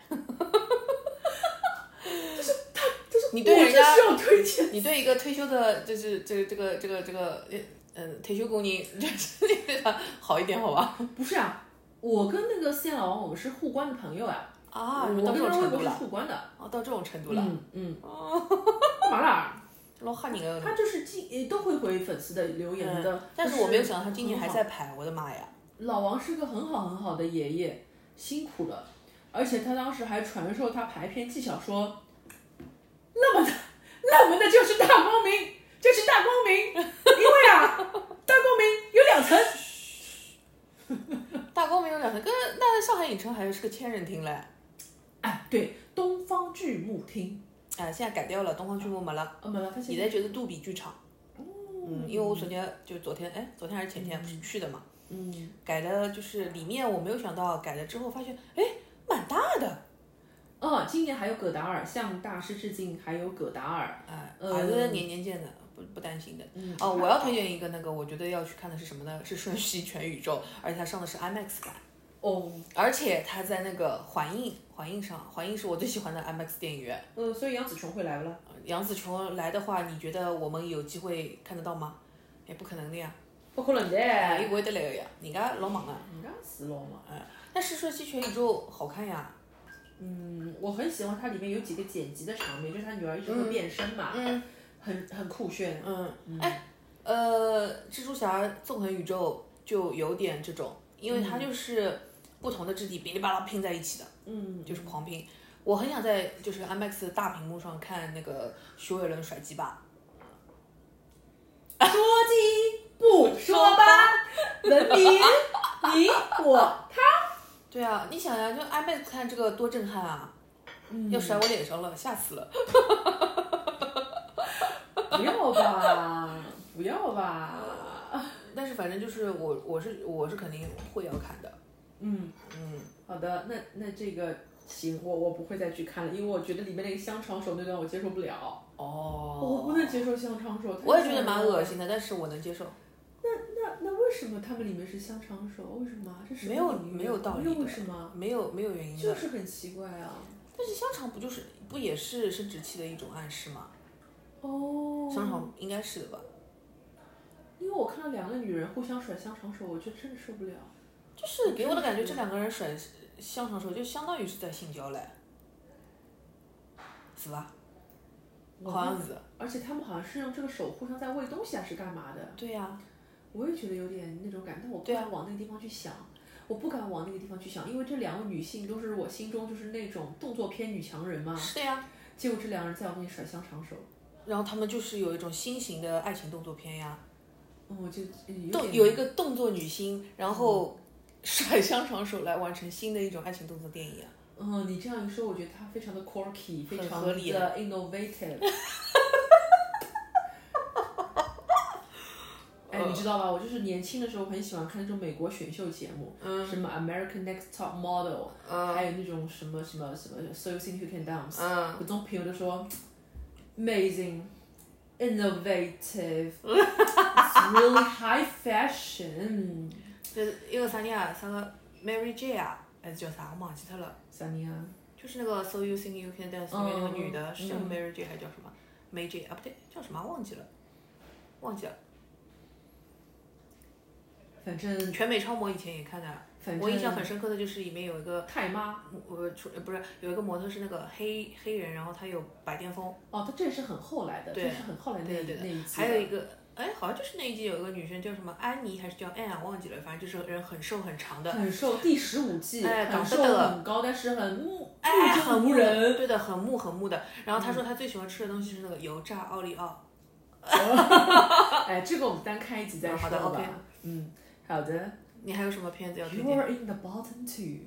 Speaker 2: 就是他就是你对
Speaker 1: 我
Speaker 2: 人
Speaker 1: 就
Speaker 2: 家
Speaker 1: 是要推荐， (laughs)
Speaker 2: 你对一个退休的，就是这个这个这个这个，嗯，退休工人，就是 (laughs) 你对他好一点好吧？
Speaker 1: 不是啊，我跟那个四眼老王，我们是互关的朋友啊，
Speaker 2: 啊，
Speaker 1: 我
Speaker 2: 到
Speaker 1: 跟
Speaker 2: 这
Speaker 1: 他
Speaker 2: 种
Speaker 1: 微
Speaker 2: 程
Speaker 1: 博
Speaker 2: 度
Speaker 1: 是
Speaker 2: 了，
Speaker 1: 互关的。
Speaker 2: 哦，到这种程度了，哦
Speaker 1: 嗯嗯，
Speaker 2: (laughs)
Speaker 1: 干嘛啦？
Speaker 2: 老吓人了。
Speaker 1: 他就是今呃都会回粉丝的留言的，
Speaker 2: 嗯但
Speaker 1: 就是
Speaker 2: 我没有想到他今年
Speaker 1: 很好
Speaker 2: 还在排，我的
Speaker 1: (laughs)
Speaker 2: 妈呀！
Speaker 1: 老王是个很好很好的爷爷，辛苦了。而且他当时还传授他排片技巧，说，那么的，那么的就是大光明，就是大光明，因
Speaker 2: (laughs)
Speaker 1: 为啊，大光明有两层，
Speaker 2: 大光明有两层，跟那上海影城还是个千人厅嘞。
Speaker 1: 哎，对，东方巨幕厅，
Speaker 2: 哎，现在改掉了，东方巨幕没了，
Speaker 1: 呃，没了，他现
Speaker 2: 现在就是杜比剧场。嗯，因为我昨天就昨天，哎，昨天还是前天不是去的嘛，嗯，改的就是里面我没有想到改了之后发现，哎，蛮大的，
Speaker 1: 哦，今年还有葛达尔向大师致敬，还有葛达尔。
Speaker 2: 哎，
Speaker 1: 呃
Speaker 2: 还是年年见的，不不担心的。
Speaker 1: 嗯
Speaker 2: 哦，我要推荐一个那个，我觉得要去看的是什么呢？是《瞬息全宇宙》，而且它上的是 IMAX 版，
Speaker 1: 哦，
Speaker 2: 而且它在那个环映，环映上，环映是我最喜欢的 IMAX 电影院。
Speaker 1: 呃，所以杨紫琼会来了。
Speaker 2: 呃杨紫琼来的话，你觉得我们有机会看得到吗？也不可能的呀，哎
Speaker 1: 不可能的，
Speaker 2: 也不会得来的呀，人家老忙啊。
Speaker 1: 人家死了嘛。
Speaker 2: 但是《瞬息全宇宙》好看呀，
Speaker 1: 嗯，我很喜欢它里面有几个剪辑的场面，就是他女儿一直会变身嘛，
Speaker 2: 嗯
Speaker 1: 很很酷炫。
Speaker 2: 嗯，哎，呃，蜘蛛侠纵横宇宙就有点这种，因为它就是不同的质地哔哩吧啦拼在一起的，
Speaker 1: 嗯，
Speaker 2: 就是狂拼。我很想在就是 IMAX 的大屏幕上看那个徐伟伦甩鸡巴，
Speaker 1: 说鸡不说吧，文明你我
Speaker 2: 对啊，你想呀，就 IMAX 看这个多震撼啊！要甩我脸上了，吓死 (laughs) 了！
Speaker 1: 不要吧，不要吧，
Speaker 2: 但是反正就是我，我是我是肯定会要看的。
Speaker 1: 嗯，
Speaker 2: 嗯，
Speaker 1: 好的，那那这个行，我我不会再去看了，因为我觉得里面那个香肠手那段我接受不了，
Speaker 2: 哦
Speaker 1: 我不能接受香肠手，太
Speaker 2: 我也觉得蛮
Speaker 1: 吓
Speaker 2: 恶
Speaker 1: 人了。
Speaker 2: 心的，但是我能接受。
Speaker 1: 那那为什么他们里面是香肠手？为什么？这是
Speaker 2: 没有
Speaker 1: 什么
Speaker 2: 没有道理的
Speaker 1: 没有为什么？
Speaker 2: 没有没有原因的。
Speaker 1: 就是很奇怪啊。
Speaker 2: 但是香肠不就是不也是生殖器的一种暗示吗？
Speaker 1: 哦，
Speaker 2: 香肠应该是的吧？
Speaker 1: 因为我看到两个女人互相甩香肠手，我就真的受不了。
Speaker 2: 就是给我的感觉，这两个人甩香肠手就相当于是在性交嘞，是吧？
Speaker 1: 我
Speaker 2: 好像是。
Speaker 1: 而且他们好像是用这个手互相在喂东西还是干嘛的，
Speaker 2: 对呀、
Speaker 1: 我也觉得有点那种感，但我不
Speaker 2: 对啊
Speaker 1: 敢往那个地方去想，我不敢往那个地方去想，因为这两位女性都是我心中就是那种动作偏女强人嘛，
Speaker 2: 是的呀。
Speaker 1: 结果这两人在我面前甩香肠手，
Speaker 2: 然后他们就是有一种新型的爱情动作片呀，
Speaker 1: 嗯，我就嗯有
Speaker 2: 动
Speaker 1: 点
Speaker 2: 有一个动作女星，然后甩香肠手来完成新的一种爱情动作电影啊。
Speaker 1: 嗯，你这样一说，我觉得他非常的 quirky，非
Speaker 2: 很
Speaker 1: 常
Speaker 2: 合
Speaker 1: 的
Speaker 2: 理 (laughs)
Speaker 1: innovative。哎，
Speaker 2: 呃
Speaker 1: 你知道吧？我就是年轻的时候很喜欢看那种美国选秀节目，
Speaker 2: 嗯
Speaker 1: 什么 American Next Top Model，、还有那种什么什么什么 So You Think You Can Dance，、
Speaker 2: 嗯
Speaker 1: 我总评论说 amazing。Innovative, it's really high fashion。
Speaker 2: 就是一个啥人啊，啥个 Mary J 啊，还是叫啥，我忘记掉了。
Speaker 1: 啥人啊？
Speaker 2: 就是那个 So You Think You Can Dance 里面那个女的，
Speaker 1: 嗯
Speaker 2: 是叫
Speaker 1: 嗯
Speaker 2: Mary J 还是叫什么 May J 啊？不对，叫什么忘记了，忘记了。
Speaker 1: 反正啊
Speaker 2: 全美超模以前也看的，
Speaker 1: 嗯反正
Speaker 2: 我印象很深刻的就是里面有一个
Speaker 1: 太妈
Speaker 2: 我出呃不是有一个模特是那个黑黑人，然后他有白癜风，
Speaker 1: 哦，他这也是很后来的，这
Speaker 2: 对
Speaker 1: 是很后来那
Speaker 2: 对
Speaker 1: 一
Speaker 2: 的对
Speaker 1: 那一
Speaker 2: 的，
Speaker 1: 季的。
Speaker 2: 还有一个。哎，好像就是那一季有一个女生叫什么安妮还是叫 Anne，忘记了，反正就是人很瘦很长的，
Speaker 1: 很瘦，第十五季，
Speaker 2: 哎
Speaker 1: 很
Speaker 2: 港
Speaker 1: 瘦
Speaker 2: 不得
Speaker 1: 很高，但是很
Speaker 2: (laughs)
Speaker 1: 目
Speaker 2: 哎，
Speaker 1: 目
Speaker 2: 很
Speaker 1: 中
Speaker 2: 木
Speaker 1: 无
Speaker 2: 的
Speaker 1: 人。，嗯
Speaker 2: 对的，很木很木的。然后他说他最喜欢吃的东西是那个油炸奥利奥，
Speaker 1: 哎，这个我们单开一集再
Speaker 2: 嗯
Speaker 1: 说
Speaker 2: 好
Speaker 1: 吧。
Speaker 2: 的，OK
Speaker 1: 嗯，好的。
Speaker 2: 你还有什么片子要推
Speaker 1: You
Speaker 2: 荐？
Speaker 1: are in the bottom two。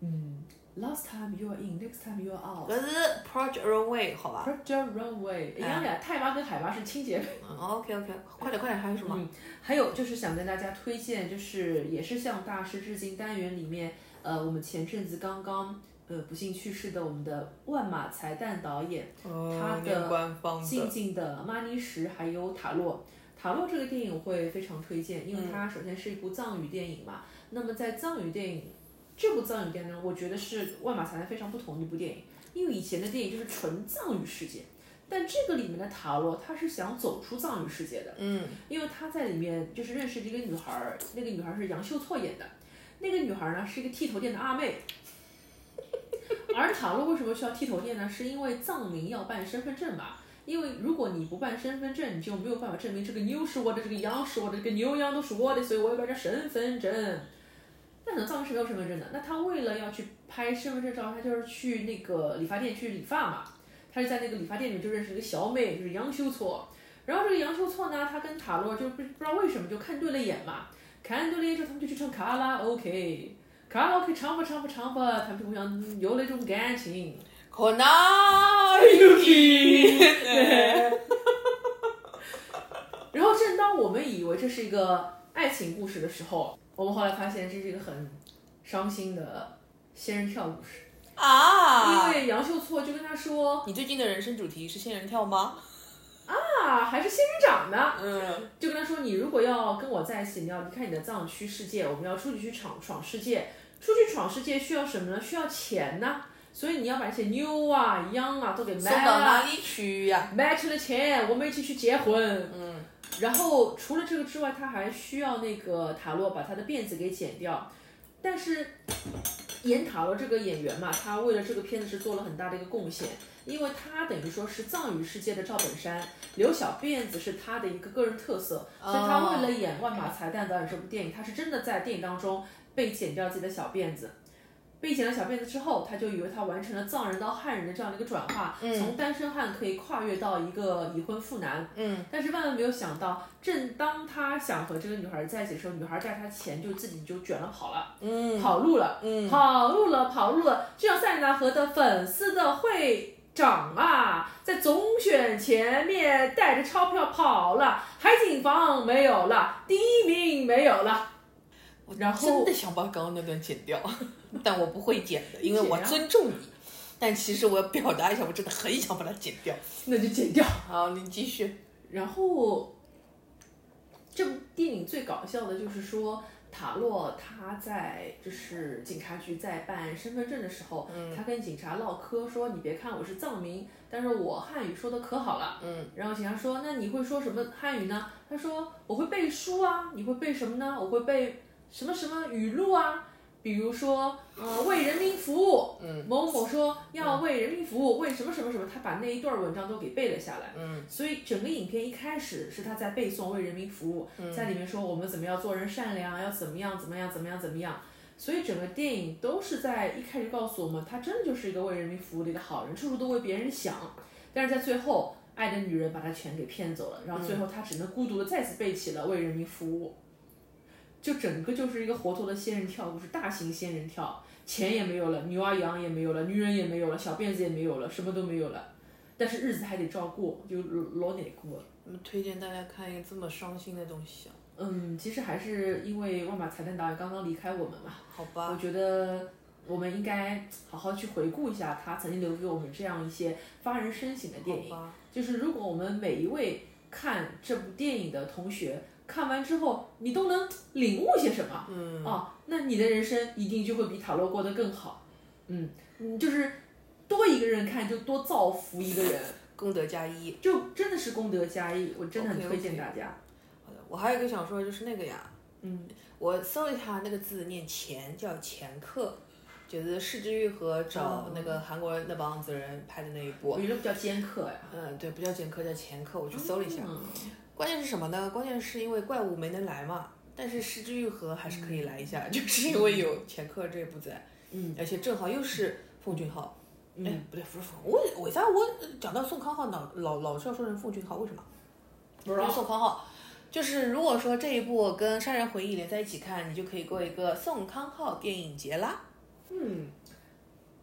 Speaker 1: 嗯，last time you are in, next time you are out.
Speaker 2: 可是 Project Runway 哎好吧哎
Speaker 1: Project Runway，一样的，泰妈跟海妈是亲姐妹。
Speaker 2: ？OK OK，快哦点快点，还有什么？
Speaker 1: 还有就是想跟大家推荐，就是也是向大师致敬单元里面，呃，我们前阵子刚刚呃不幸去世的我们的万马才旦导演。他的
Speaker 2: 有官哦方
Speaker 1: 静静的《玛尼石》还有《塔洛》。塔洛这个电影我会非常推荐，因为
Speaker 2: 嗯
Speaker 1: 它首先是一部藏语电影嘛。那么在藏语电影，这部藏语电影呢，我觉得是万马才旦非常不同的一部电影，因为以前的电影就是纯藏语世界，但这个里面的塔洛他是想走出藏语世界的，
Speaker 2: 嗯，
Speaker 1: 因为他在里面就是认识了一个女孩儿，那个女孩儿是杨秀措演的，那个女孩儿呢是一个剃头店的阿妹。 (laughs) 而塔洛为什么需要剃头店呢？是因为藏民要办身份证嘛。因为如果你不办身份证，你就没有办法证明这个牛是我的，这个羊是我的，这个牛羊都是我的，所以我要办张身份证。但很多藏民是没有身份证的，那他为了要去拍身份证照，他就是去那个理发店去理发嘛。他就在那个理发店里面就认识了一个小妹，就是杨修错。然后这个杨修错呢，他跟塔洛就不不知道为什么就看对了眼嘛，看对了眼之后他们就去唱卡拉 OK，卡拉 OK 唱吧唱吧唱吧，他们就互相有了一种感情。
Speaker 2: 可能 (laughs) 有点
Speaker 1: 然后正当我们以为这是一个爱情故事的时候，我们后来发现这是一个很伤心的仙人跳故事，
Speaker 2: 啊。
Speaker 1: 因为杨秀措就跟他说
Speaker 2: 你最近的人生主题是仙人跳吗？
Speaker 1: 啊，还是仙人掌呢，
Speaker 2: 嗯，
Speaker 1: 就跟他说你如果要跟我在一起，你要离开你的藏区世界，我们要出去去闯闯世界，出去闯世界需要什么呢？需要钱呐、所以你要把这些妞啊、羊啊都给
Speaker 2: 送
Speaker 1: 卖
Speaker 2: 到
Speaker 1: 了
Speaker 2: 哪，里去呀、
Speaker 1: 卖出了钱，我们一起去结婚。嗯，然后除了这个之外，他还需要那个塔洛把他的辫子给剪掉。但是演塔洛这个演员嘛，他为了这个片子是做了很大的一个贡献，因为他等于说是藏语世界的赵本山，留小辫子是他的一个个人特色，所以他为了演万马才旦导演这部电影，他是真的在电影当中被剪掉自己的小辫子。被剪了小辫子之后，他就以为他完成了藏人到汉人的这样的一个转化，从单身汉可以跨越到一个已婚妇男。嗯，但是万万没有想到，正当他想和这个女孩在一起的时候，女孩带他钱就自己就卷了跑了，嗯，跑路了，嗯，跑路了，跑路了，就像塞纳河的粉丝的会。长啊，在总选前面带着钞票跑了，海景房没有了，第一名没有了，然后
Speaker 2: 真的想把刚刚那段剪 (laughs) 掉，但我不会剪的，因为我尊重你。但其实我要表达一下，我真的很想把它剪掉。
Speaker 1: 那就剪掉。
Speaker 2: 好，你继续。
Speaker 1: 然后，这部电影最搞笑的就是说，塔洛他在就是警察局在办身份证的时候，他跟警察唠嗑说：“你别看我是藏民，但是我汉语说的可好了。”嗯，然后警察说：“那你会说什么汉语呢？”他说：“我会背书啊，你会背什么呢？我会背什么什么语录啊。”比如说，呃，为人民服务，嗯，某某说要为人民服务，为什么什么什么，他把那一段文章都给背了下来，嗯，所以整个影片一开始是他在背诵为人民服务，在里面说我们怎么样做人善良，要怎么样怎么样怎么样怎么样，所以整个电影都是在一开始告诉我们，他真的就是一个为人民服务的一个好人，处处都为别人想，但是在最后，爱的女人把他全给骗走了，然后最后他只能孤独的再次背起了为人民服务。就整个就是一个活脱的仙人跳故事，大型仙人跳，钱也没有了，牛啊羊也没有了，女人也没有了，小辫子也没有了，什么都没有了，但是日子还得照过，就老老得过了。
Speaker 2: 我们推荐大家看一个这么伤心的东西啊？
Speaker 1: 嗯，其实还是因为万马才旦导演刚刚离开我们嘛，
Speaker 2: 好
Speaker 1: 我
Speaker 2: 吧，
Speaker 1: 觉得我们应该好好去回顾一下他曾经留给我们这样一些发人深省的电影
Speaker 2: 好。吧，
Speaker 1: 就是如果我们每一位看这部电影的同学看完之后，你都能领悟些什么，嗯，哦，那你的人生一定就会比塔罗过得更好，嗯，嗯就是多一个人看就多造福一个人，
Speaker 2: 功德加一。
Speaker 1: 就真的是功德加一，我真的很
Speaker 2: OK，OK
Speaker 1: 推荐大家
Speaker 2: 好的，我还有一个想说的就是那个呀，嗯，我搜了一下那个字念前，叫前客，就是市之愈合找
Speaker 1: 嗯
Speaker 2: 那个韩国那帮子人拍的那一部。
Speaker 1: 我觉得比较尖刻呀，
Speaker 2: 嗯，对，不叫前客，叫前客，我去搜了一下。
Speaker 1: 嗯
Speaker 2: 关键是什么呢？关键是因为怪物没能来嘛，但是失之愈合还是可以来一下，就是因为有前科这一部在，
Speaker 1: 嗯，
Speaker 2: 而且正好又是奉俊昊，哎、
Speaker 1: 嗯，
Speaker 2: 不对，不是奉，我为啥我讲到宋康昊老老老是要说成奉俊昊，为什么？
Speaker 1: 不知
Speaker 2: 因为
Speaker 1: 道，
Speaker 2: 宋康昊，就是如果说这一部跟《杀人回忆》连在一起看，你就可以过一个宋康昊电影节啦。
Speaker 1: 嗯。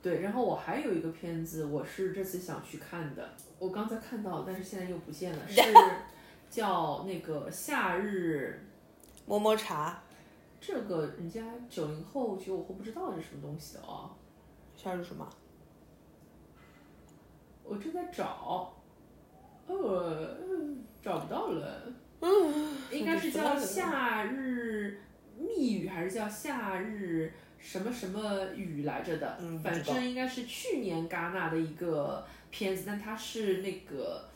Speaker 1: 对，然后我还有一个片子，我是这次想去看的，我刚才看到，但是现在又不
Speaker 2: (laughs)
Speaker 1: 见了，是叫那个夏日
Speaker 2: 摸摸茶，
Speaker 1: 这个人家九零后九五后不知道是什么东西的啊、
Speaker 2: 夏日什么？
Speaker 1: 我正在找，呃，找不到了，
Speaker 2: 嗯
Speaker 1: 应该是叫夏日密语还是叫夏日什么什么语来着的？
Speaker 2: 嗯不知
Speaker 1: 反
Speaker 2: 道
Speaker 1: 正应该是去年戛纳的一个片子，但它是那个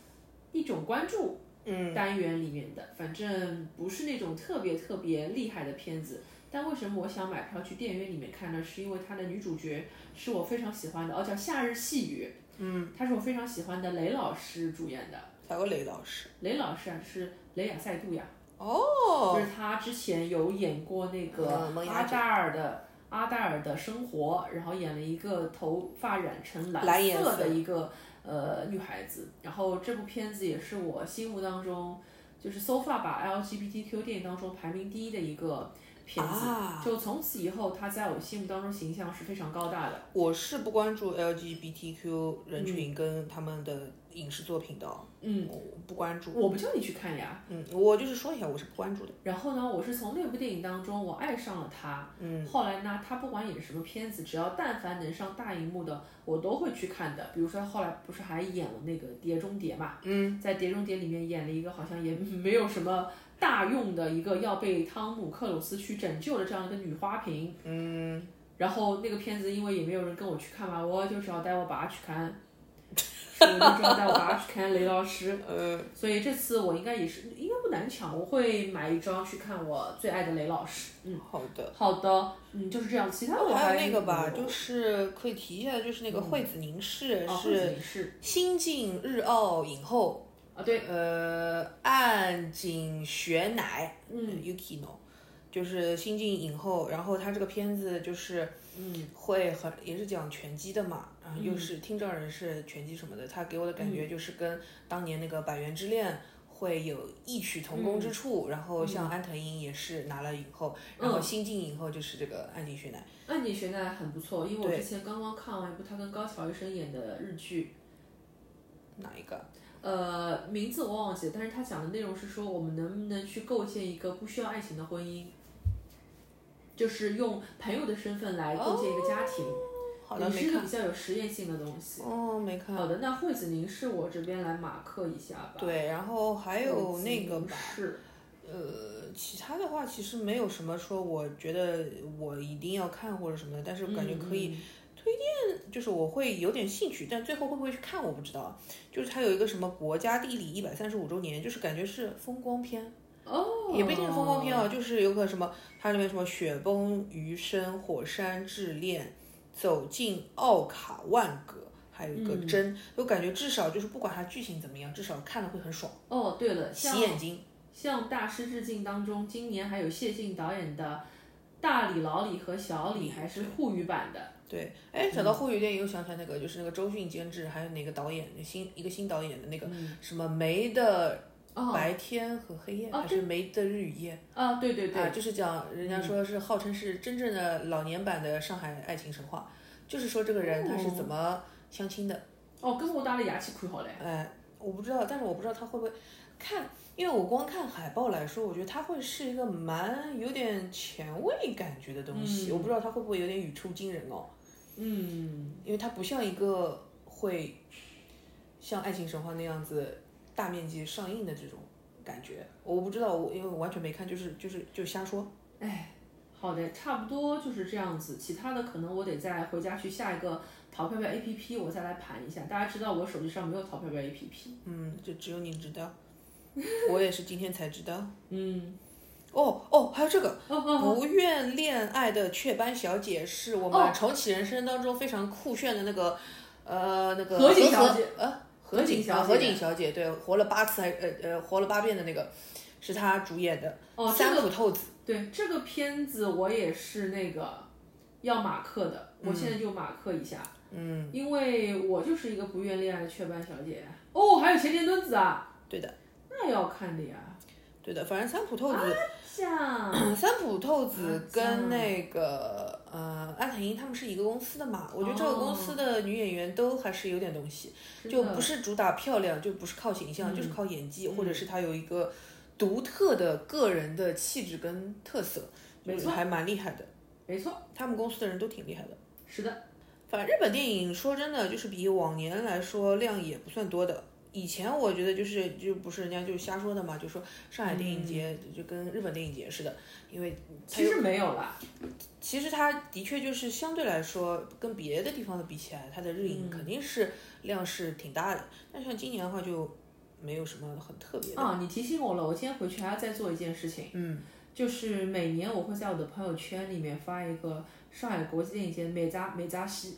Speaker 1: 一种关注
Speaker 2: 嗯，
Speaker 1: 单元里面的，反正不是那种特别特别厉害的片子。但为什么我想买票去电影院里面看呢？是因为它的女主角是我非常喜欢的，哦，叫《夏日细雨》。嗯，她是我非常喜欢的雷老师主演的。
Speaker 2: 哪个雷老师？
Speaker 1: 雷老师啊，是雷雅塞杜呀，
Speaker 2: 哦，
Speaker 1: 就是他之前有演过那个
Speaker 2: 嗯萌芽
Speaker 1: 阿达尔的阿达尔的生活，然后演了一个头发染成
Speaker 2: 蓝颜
Speaker 1: 色
Speaker 2: 色
Speaker 1: 的一个呃女孩子。然后这部片子也是我心目当中就是 so far 吧 LGBTQ 电影当中排名第一的一个片子。
Speaker 2: 啊
Speaker 1: 就从此以后，他在我心目当中形象是非常高大的。
Speaker 2: 我是不关注 LGBTQ 人群跟他们的影视作品的哦，
Speaker 1: 嗯，
Speaker 2: 我不关注。
Speaker 1: 我不叫你去看呀。
Speaker 2: 嗯，我就是说一下，我是不关注的。
Speaker 1: 然后呢，我是从那部电影当中我爱上了他。嗯，后来呢，他不管演什么片子，只要但凡能上大荧幕的，我都会去看的。比如说后来不是还演了那个《碟中谍》嘛，嗯，在《碟中谍》里面演了一个好像也没有什么大用的一个要被汤姆克鲁斯去拯救的这样一个女花瓶。嗯，然后那个片子因为也没有人跟我去看嘛，我就只好带我爸去看， (laughs) 所以我就只好带我爸去看雷老师。
Speaker 2: 呃，
Speaker 1: 所以这次我应该也是应该不难抢，我会买一张去看我最爱的雷老师。嗯，
Speaker 2: 好的。
Speaker 1: 好的，嗯，就是这样。其他的我
Speaker 2: 还有那个吧，
Speaker 1: 没有嗯
Speaker 2: 就是可以提一下，就是那个惠子凝视、
Speaker 1: 哦，
Speaker 2: 是
Speaker 1: 是是
Speaker 2: 新晋日奥影后，
Speaker 1: 啊，对，
Speaker 2: 呃，岸井雪乃，
Speaker 1: 嗯
Speaker 2: ，Yukino，就是新晋影后，然后她这个片子就是，嗯，会很也是讲拳击的嘛，然后
Speaker 1: 嗯
Speaker 2: 又是听障人士拳击什么的，她给我的感觉就是跟当年那个《百元之恋》会有异曲同工之
Speaker 1: 嗯
Speaker 2: 处，然后像安藤樱也是拿了影后，然
Speaker 1: 嗯
Speaker 2: 后新晋影后就是这个岸井雪乃，
Speaker 1: 那你学的很不错，因为我之前刚刚看完一部他跟高桥医生演的日剧，
Speaker 2: 哪一个？
Speaker 1: 呃，名字我忘记了，但是他讲的内容是说我们能不能去构建一个不需要爱情的婚姻，就是用朋友的身份来构建一个家庭，
Speaker 2: 哦好的，
Speaker 1: 也
Speaker 2: 没
Speaker 1: 是一个
Speaker 2: 看
Speaker 1: 比，较有实验性的东西。
Speaker 2: 哦，没看。
Speaker 1: 好的，那惠子宁是我这边来马克一下吧。
Speaker 2: 对，然后还有
Speaker 1: 惠子
Speaker 2: 那个
Speaker 1: 宁
Speaker 2: 吧，
Speaker 1: 是
Speaker 2: 呃，其他的话其实没有什么说我觉得我一定要看或者什么的，但是感觉可以、
Speaker 1: 以，
Speaker 2: 就是我会有点兴趣，但最后会不会去看我不知道啊。就是它有一个什么国家地理一百三十五周年，就是感觉是风光片，
Speaker 1: 哦，
Speaker 2: 也不一定是风光片哦，就是有个什么它里面什么雪崩、余生、火山之恋、走进奥卡万格。还有一个真，我感觉至少就是不管它剧情怎么样，至少看了会很爽，
Speaker 1: 哦，对了，像
Speaker 2: 洗眼睛。
Speaker 1: 向大师致敬当中，今年还有谢晋导演的《大理老李和小李》，还是沪语版的。
Speaker 2: 对，哎，讲
Speaker 1: 嗯
Speaker 2: 到沪语电影，又想起来那个，就是那个周迅监制，还有哪个导演，新一个新导演的那个什么《梅的
Speaker 1: 嗯哦，
Speaker 2: 白天和黑夜》，
Speaker 1: 哦
Speaker 2: 还是《梅的日与夜
Speaker 1: 啊，对对》对，嗯
Speaker 2: 啊，就是讲人家说是号称是真正的老年版的上海爱情神话，就是说这个人他是怎么相亲的，
Speaker 1: 哦，跟我打了牙齿看好嘞。
Speaker 2: 哎，我不知道，但是我不知道他会不会看，因为我光看海报来说，我觉得他会是一个蛮有点前卫感觉的东西，我不知道他会不会有点语出惊人哦。
Speaker 1: 嗯，
Speaker 2: 因为它不像一个会像《爱情神话》那样子大面积上映的这种感觉。我不知道，我因为我完全没看，就是就是就瞎说。
Speaker 1: 好的，差不多就是这样子。其他的可能我得再回家去下一个淘票票 APP，我再来盘一下。大家知道我手机上没有淘票票 APP。
Speaker 2: 嗯，就只有你知道，我也是今天才知道。
Speaker 1: 嗯，
Speaker 2: 哦哦，还有这个
Speaker 1: 哦哦，
Speaker 2: 不愿恋爱的雀斑小姐，是我们
Speaker 1: 哦
Speaker 2: 重启人生当中非常酷炫的那个，呃，那个
Speaker 1: 何炅
Speaker 2: 和
Speaker 1: 小姐
Speaker 2: 呃，
Speaker 1: 何炅
Speaker 2: 炅
Speaker 1: 小姐
Speaker 2: 啊何炅小姐，对，活了八次还呃呃活了八遍的那个，是她主演的
Speaker 1: 哦
Speaker 2: 三浦透子。
Speaker 1: 对这个片子我也是那个要马克的，
Speaker 2: 嗯
Speaker 1: 我现在就马克一下。嗯，因为我就是一个不愿恋爱的雀斑小姐。哦，还有前田敦子啊。
Speaker 2: 对
Speaker 1: 的。那要看的呀，
Speaker 2: 对的，反正三浦透子，
Speaker 1: 像
Speaker 2: (clears throat) 三浦透子
Speaker 1: 啊
Speaker 2: 跟那个呃安藤樱他们是一个公司的嘛，我觉得这个公
Speaker 1: 哦
Speaker 2: 司的女演员都还是有点东西，就不是主打漂亮，就不是靠形
Speaker 1: 嗯
Speaker 2: 象，就是靠演技，或者是她有一个独特的个人的气质跟特色，
Speaker 1: 没
Speaker 2: 就是还蛮厉害的。
Speaker 1: 没错，
Speaker 2: 他们公司的人都挺厉害的。
Speaker 1: 是的，
Speaker 2: 反正日本电影说真的，就是比往年来说量也不算多的。以前我觉得就是就不是人家就瞎说的嘛，就说上海电
Speaker 1: 嗯
Speaker 2: 影节就跟日本电影节似的，因为它
Speaker 1: 其实没有啦。
Speaker 2: 其实它的确就是相对来说跟别的地方的比起来，它的日
Speaker 1: 嗯
Speaker 2: 影肯定是量是挺大的。但像今年的话就没有什么很特别的。
Speaker 1: 啊，你提醒我了，我今天回去还要再做一件事情。嗯，就是每年我会在我的朋友圈里面发一个上海国际电影节美扎美扎西，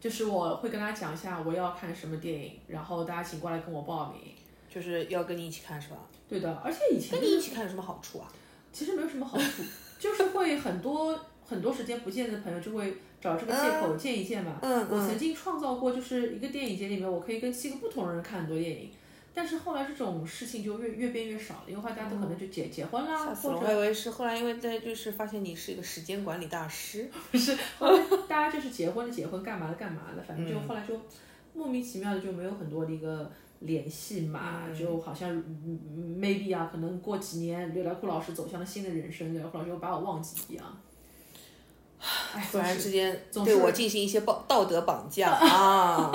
Speaker 1: 就是我会跟大家讲一下我要看什么电影，然后大家请过来跟我报名。
Speaker 2: 就是要跟你一起看是吧？
Speaker 1: 对的，而且以前
Speaker 2: 跟你一起看有什么好处啊？
Speaker 1: 其实没有什么好处，就是会很多很多时间不见的朋友就会找这个借口见一见嘛。
Speaker 2: 嗯
Speaker 1: 我曾经创造过，就是一个电影节里面，我可以跟七个不同的人看很多电影，但是后来这种事情就越越变越少了，因为后来大家都可能就结、结婚啦，
Speaker 2: 哦吓死
Speaker 1: 或
Speaker 2: 了！
Speaker 1: 者
Speaker 2: 我还以为是后来因为在就是发现你是一个时间管理大师，
Speaker 1: 后来 (laughs) 大家就是结婚的结婚，干嘛的干嘛的，反正
Speaker 2: 嗯
Speaker 1: 就后来就莫名其妙的就没有很多的一个联系嘛，就好像嗯嗯 maybe 啊，可能过几年刘德库老师走向了新的人生，刘德库老师又把我忘记一样。哎，
Speaker 2: 突然之间
Speaker 1: 总
Speaker 2: 对
Speaker 1: 是
Speaker 2: 我进行一些道道德
Speaker 1: (laughs)
Speaker 2: 绑架啊！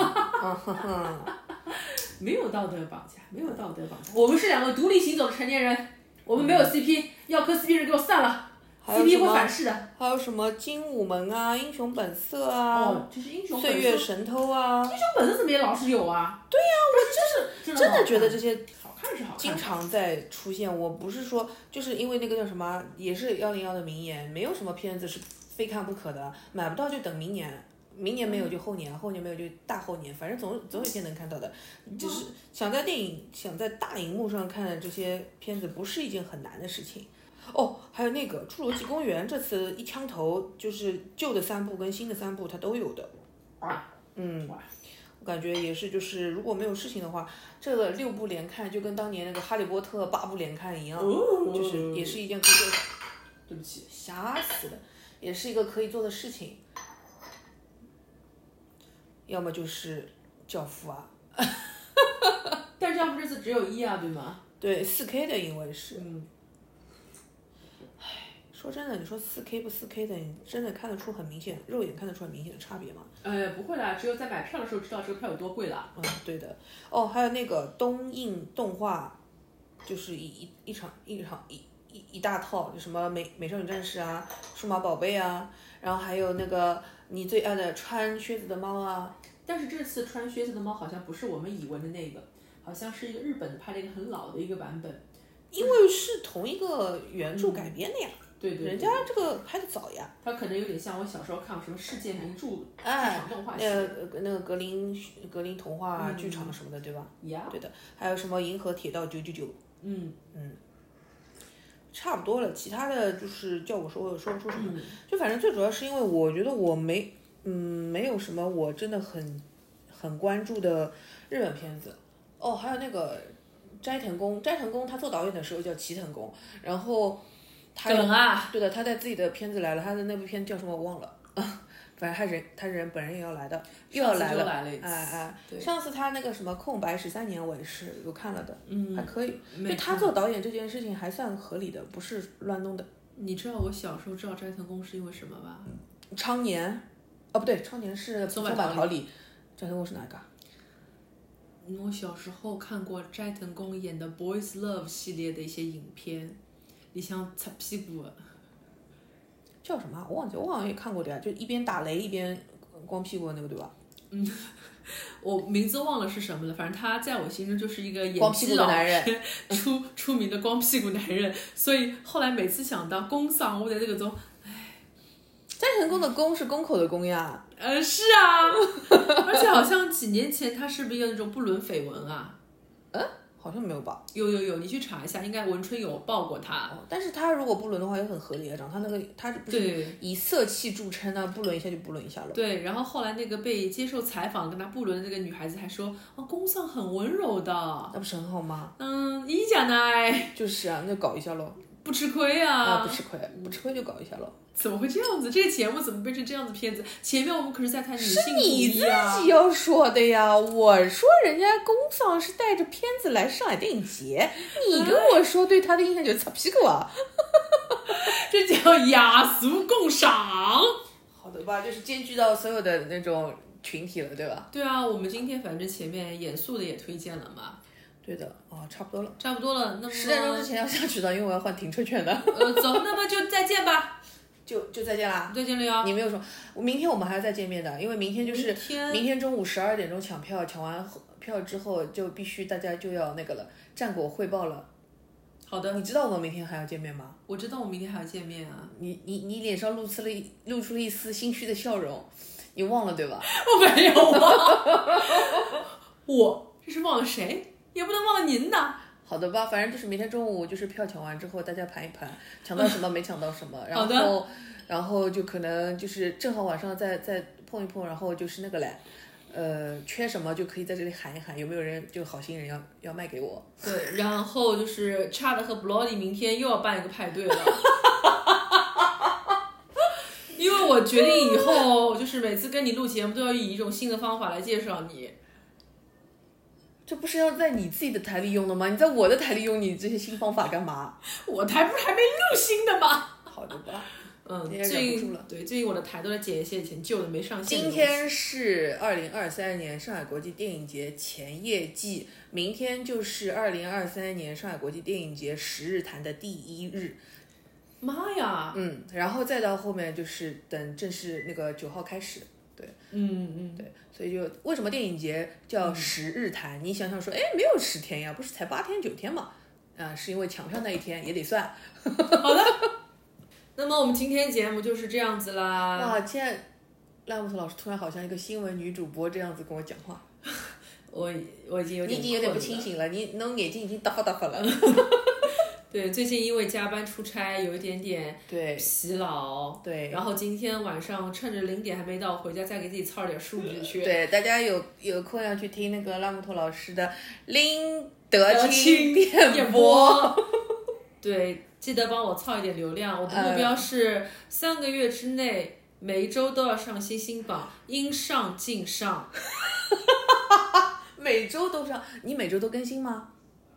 Speaker 1: 没有道德绑架，没有道德绑架。我们是两个独立行走的成年人，我们没有 CP，、要磕 CP 人给我散了
Speaker 2: 嗯还有
Speaker 1: ，CP
Speaker 2: 什么
Speaker 1: 会反噬的。
Speaker 2: 还有什么精武门啊、英雄本色啊、
Speaker 1: 哦，就是英雄本色，英
Speaker 2: 岁月
Speaker 1: 雄
Speaker 2: 神偷啊，
Speaker 1: 本色怎么也老是有啊？对呀、
Speaker 2: 真
Speaker 1: 我
Speaker 2: 的
Speaker 1: 真是
Speaker 2: 觉得这些
Speaker 1: 好看是好看，
Speaker 2: 经常在出现。我不是说，就是因为那个叫什么，也是幺零幺的名言，没有什么片子是非看不可的，买不到就等明年。明
Speaker 1: 嗯
Speaker 2: 年没有就后年，后年没有就大后年，反正总总有一天能看到的。就是想在电影、想在大荧幕上看这些片子，不是一件很难的事情。哦，还有那个《侏罗纪公园》，这次一枪头就是旧的三部跟新的三部它都有的。嗯，我感觉也是，就是如果没有事情的话，这个六部连看就跟当年那个《哈利波特》八部连看一样，
Speaker 1: 嗯
Speaker 2: 就是也是一件可以做
Speaker 1: 对不起，
Speaker 2: 吓死的，也是一个可以做的事情。要么就是《教父》啊，
Speaker 1: 但是要不这次只有一啊，对吗？
Speaker 2: 对，四 K 的因为是，嗯，唉，说真的，你说四 K 不四 K 的，你真的看得出很明显，肉眼看得出很明显的差别吗？
Speaker 1: 呃，不会啦，只有在买票的时候知道这个票有多贵了。
Speaker 2: 嗯，对的。哦，还有那个东映动画，就是一一一场一场一一一大套，就什么美美少女战士啊、数码宝贝啊，然后还有那个你最爱的穿靴子的猫啊，
Speaker 1: 但是这次穿靴子的猫好像不是我们以为的那个，好像是一个日本拍了一个很老的一个版本。
Speaker 2: 因为是同一个原著改编的呀，
Speaker 1: 嗯对对，
Speaker 2: 人家这个拍的早呀。
Speaker 1: 它可能有点像我小时候看什么世界名著剧
Speaker 2: 哎
Speaker 1: 嗯场动画系嗯
Speaker 2: 呃，那个格林格林童话啊剧场什么的，对吧？
Speaker 1: 一样。
Speaker 2: 对的，还有什么《银河铁道九九九》？
Speaker 1: 嗯，
Speaker 2: 差不多了，其他的就是叫我说我也说不出什
Speaker 1: 嗯
Speaker 2: 么，就反正最主要是因为我觉得我没，嗯，没有什么我真的很很关注的日本片子。哦，还有那个斋藤工，斋藤工他做导演的时候叫齐藤工，然后他
Speaker 1: 梗啊，
Speaker 2: 对的，他在自己的片子来了，他的那部片叫什么我忘了，反正他人他人本人也要来的， (laughs) 又要来
Speaker 1: 上次
Speaker 2: 了，
Speaker 1: 就来了一次
Speaker 2: 哎哎，上次他那个什么空白十三年我也是有看了的，嗯，还可以，
Speaker 1: 没
Speaker 2: 就他做导演这件事情还算合理的，不是乱弄的。
Speaker 1: 你知道我小时候知道斋藤工是因为什么吧？
Speaker 2: 昌年，哦不对，昌年是
Speaker 1: 松
Speaker 2: 松
Speaker 1: 坂
Speaker 2: 坂
Speaker 1: 桃
Speaker 2: 桃李，斋藤工是哪一个啊？
Speaker 1: 嗯我小时候看过斋藤工演的《Boys Love》系列的一些影片，里像擦屁股，啊
Speaker 2: 叫什么啊？我忘记，我好像也看过的呀，就一边打雷一边光屁股的那个对吧？
Speaker 1: 我名字忘了是什么了，反正他在我心中就是一个呃演
Speaker 2: 光
Speaker 1: 技
Speaker 2: 屁股的
Speaker 1: 老
Speaker 2: 男人
Speaker 1: 师出出名的光屁股男人，所以后来每次想到宫桑，我的这个中，
Speaker 2: 斋藤工的工是宫口的宫呀，
Speaker 1: 呃，是啊， (laughs) 而且好像几年前他是不是有那种不伦绯闻啊？
Speaker 2: 呃好像没有吧？
Speaker 1: 有有有，你去查一下，应该文春有报过他。
Speaker 2: 哦，但是他如果不伦的话也很合理啊，长他那个他不是
Speaker 1: 对
Speaker 2: 以色气著称啊，不伦一下就不伦一下了。
Speaker 1: 对，然后后来那个被接受采访跟他不伦的那个女孩子还说，啊，宫桑很温柔的，
Speaker 2: 那不是很好吗？
Speaker 1: 嗯，一讲呢
Speaker 2: 就是啊，那就搞一下喽，
Speaker 1: 不吃亏啊
Speaker 2: 啊，不吃亏，不吃亏就搞一下喽。
Speaker 1: 怎么会这样子？这个节目怎么变成这样子片子？前面我们可是在谈女性主
Speaker 2: 你
Speaker 1: 义
Speaker 2: 自
Speaker 1: 啊，
Speaker 2: 己要说的呀！我说人家工桑是带着片子来上海电影节，你跟我说对他的印象就是擦屁股啊。
Speaker 1: 这叫雅俗共赏。
Speaker 2: 好的吧，就是兼具到所有的那种群体了，对吧？
Speaker 1: 对啊，我们今天反正前面严肃的也推荐了嘛，
Speaker 2: 对的，哦，差不多了。
Speaker 1: 差不多了，那么
Speaker 2: 十点钟之前要下去的，因为我要换停车券的。
Speaker 1: 呃，走，那么就再见吧，
Speaker 2: 就就再见啦！
Speaker 1: 再见了哟。
Speaker 2: 你没有说，我明天我们还要再见面的，因为明天就是
Speaker 1: 明天
Speaker 2: 明天中午十二点钟抢票，抢完后票之后就必须大家就要那个了，战果汇报了。
Speaker 1: 好的，
Speaker 2: 你知道我们明天还要见面吗？
Speaker 1: 我知道我明天还要见面啊，
Speaker 2: 你你你脸上露出了一露出了一丝心虚的笑容，你忘了对吧？
Speaker 1: (laughs) 我没有忘，我 (laughs) 这是忘了谁，也不能忘了您呐。
Speaker 2: 好的吧，反正就是明天中午就是票抢完之后，大家盘一盘，抢到什么没抢到什么，然
Speaker 1: (laughs) 好的
Speaker 2: 后然后就可能就是正好晚上再再碰一碰，然后就是那个嘞，呃，缺什么就可以在这里喊一喊，有没有人就好心人要要卖给我？
Speaker 1: 对，然后就是差的和 Bloody 明天又要办一个派对 (laughs) 了。因为我决定以后就是每次跟你录节目都要以一种新的方法来介绍你，
Speaker 2: 这不是要在你自己的台里用的吗？你在我的台里用你这些新方法干嘛？
Speaker 1: 我台不是还没录新的吗？
Speaker 2: 好的吧。
Speaker 1: 嗯，
Speaker 2: 你也
Speaker 1: 最
Speaker 2: 忍不
Speaker 1: 近
Speaker 2: 住了
Speaker 1: 对最近我的台都在剪一些以前旧的没上线的
Speaker 2: 今
Speaker 1: 东西。
Speaker 2: 天是二零二三年上海国际电影节前夜祭，明天就是二零二三年上海国际电影节十日谈的第一日。
Speaker 1: 妈呀，
Speaker 2: 嗯，然后再到后面就是等正式那个九号开始。
Speaker 1: 嗯嗯，
Speaker 2: 对，所以就为什么电影节叫十日谈？你想想说，哎，没有十天呀，不是才八天九天嘛？啊，是因为抢票那一天也得算。
Speaker 1: 那么我们今天节目就是这样子啦。
Speaker 2: 哇，现在赖木头老师突然好像一个新闻女主播这样子跟我讲话，
Speaker 1: 我我已经有
Speaker 2: 你
Speaker 1: 点
Speaker 2: 已经有点
Speaker 1: 困了
Speaker 2: 不清醒了，你弄眼睛已经打发打发了。
Speaker 1: 对，最近因为加班出差，有一点点
Speaker 2: (laughs) 对
Speaker 1: 疲劳。
Speaker 2: 对
Speaker 1: 然后今天晚上趁着零点还没到，回家再给自己操点数据去。
Speaker 2: 对，大家有有空要去听那个赖木头老师的《林德
Speaker 1: 清
Speaker 2: 清电
Speaker 1: 电
Speaker 2: 波》。
Speaker 1: 波。
Speaker 2: (laughs)
Speaker 1: 对，记得帮我操一点流量。我的
Speaker 2: 嗯
Speaker 1: 目标是三个月之内，每周都要上新星榜，应上尽上。
Speaker 2: 每周都上，你每周都更新吗？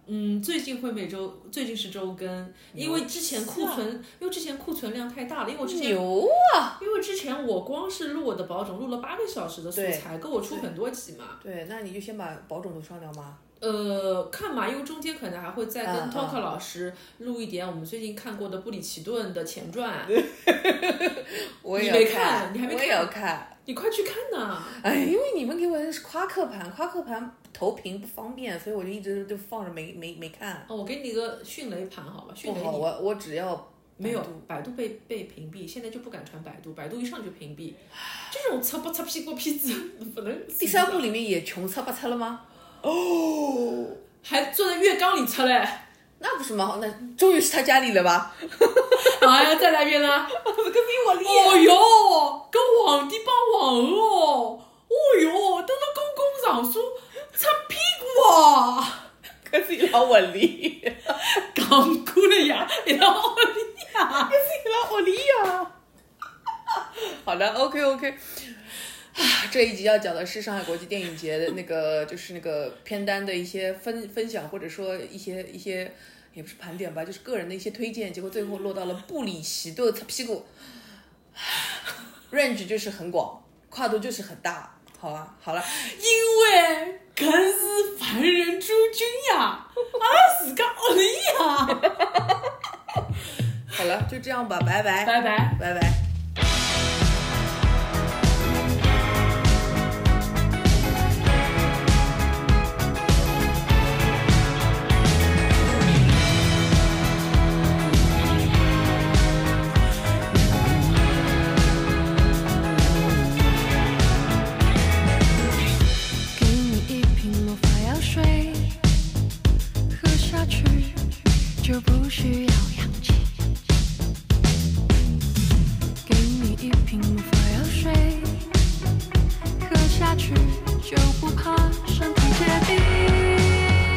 Speaker 1: 嗯，最近会每周，最近是周更，因为之前
Speaker 2: 啊
Speaker 1: 库存，因为之前库存量太大了，因为我之前，
Speaker 2: 牛，
Speaker 1: 因为之前我光是录我的保种，录了八个小时的素
Speaker 2: 对
Speaker 1: 材，够我出很多集嘛。
Speaker 2: 对，那你就先把保种都上掉吗？
Speaker 1: 呃，看嘛，因为中间可能还会再
Speaker 2: 嗯
Speaker 1: 跟
Speaker 2: 嗯
Speaker 1: Talk 老师录一点我们最近看过的布里奇顿的前传，
Speaker 2: (laughs) 我也
Speaker 1: 你
Speaker 2: 要
Speaker 1: 没
Speaker 2: 看，
Speaker 1: 看你还没
Speaker 2: 我也要看。
Speaker 1: 你快去看呐！
Speaker 2: 哎，因为你们给我的是夸克盘，夸克盘投屏不方便，所以我就一直就放着没没没看。
Speaker 1: 哦，我给你个迅雷盘好吧，迅
Speaker 2: 不
Speaker 1: 雷
Speaker 2: 好，
Speaker 1: 你
Speaker 2: 我我只要
Speaker 1: 没有，百度被被屏蔽，现在就不敢传百度，百度一上就屏蔽，这种擦不擦屁股屁子 (laughs) 不能
Speaker 2: 第三部里面也穷擦吧擦了吗？
Speaker 1: 还坐在浴缸里擦
Speaker 2: (laughs)
Speaker 1: 嘞，
Speaker 2: 那不是蛮好，那终于是他家里了 (laughs) 吧？
Speaker 1: 哎呀，再来一遍
Speaker 2: (laughs)
Speaker 1: 啦！
Speaker 2: 我厉害，
Speaker 1: 哦哟，跟皇帝帮皇后哦，哦哟，等到公公上书擦屁股啊！
Speaker 2: 可是伊拉我厉，
Speaker 1: (laughs) 讲过了呀，你让我理呀。
Speaker 2: 伊拉我厉呀。 (laughs) 好的，OK OK。啊这一集要讲的是上海国际电影节的那个，就是那个片单的一些分分享，或者说一些一些，也不是盘点吧，就是个人的一些推荐，结果最后落到了布里奇顿擦屁股唉，range 就是很广，跨度就是很大，好啊，好了，
Speaker 1: 因为更是凡人诸君呀，俺自家屋里呀。
Speaker 2: 好了，就这样吧，拜拜，
Speaker 1: 拜拜。
Speaker 2: 拜拜。
Speaker 7: 给你一瓶魔法药水，喝下去就不需要氧气。给你一瓶魔法药水，喝下去就不怕身体结冰。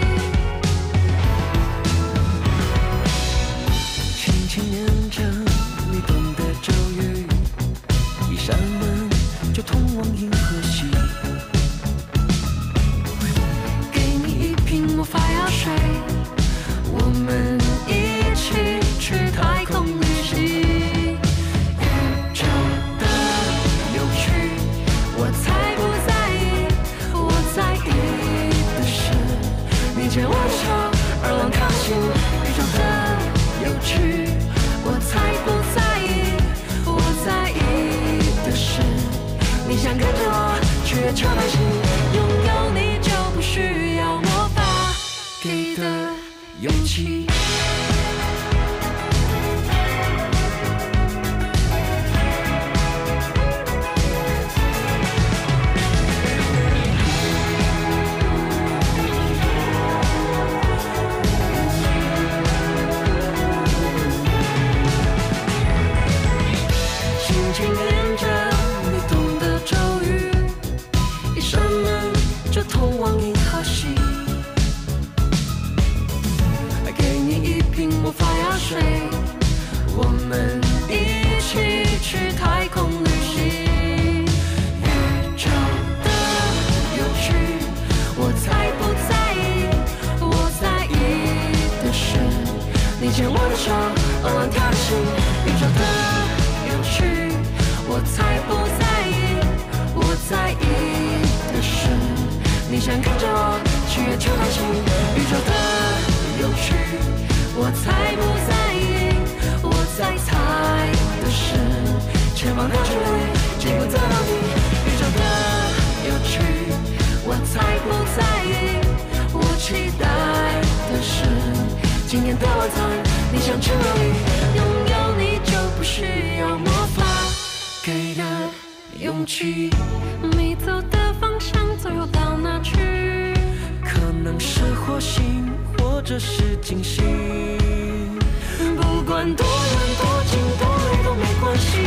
Speaker 8: 轻轻念着你懂的咒语，一扇门就通往银河系。
Speaker 7: 给你一瓶魔法药水，我们一起去太空旅行。宇宙的有趣，我才不在意，我在意的是你牵我手，耳朵靠近。宇宙的有趣，我才不在意，我在意的是你想跟着我去月球旅行，拥有你就不需要魔法给的勇气。轻轻念着你懂的咒语，一扇门就通往银河系。给你一瓶魔法药水，我们一起去太空旅行。宇宙的有趣，我才不在意，我在意的是你牵我的手，偶尔跳起。宇宙的有趣，我才不在意，我在意的是你想跟着我去月球旅行。宇宙的有趣，我才不在意，我在猜的是前方的距离，近不得到你。宇宙的有趣，我才不在意，我期待的是今天的晚餐，你想去哪里？拥有你就不需要魔法给的
Speaker 9: 勇气，
Speaker 7: 你走的方向最后到哪去？
Speaker 9: 可能是火星，或者是金星。
Speaker 7: 不管多远多近多累都没关系，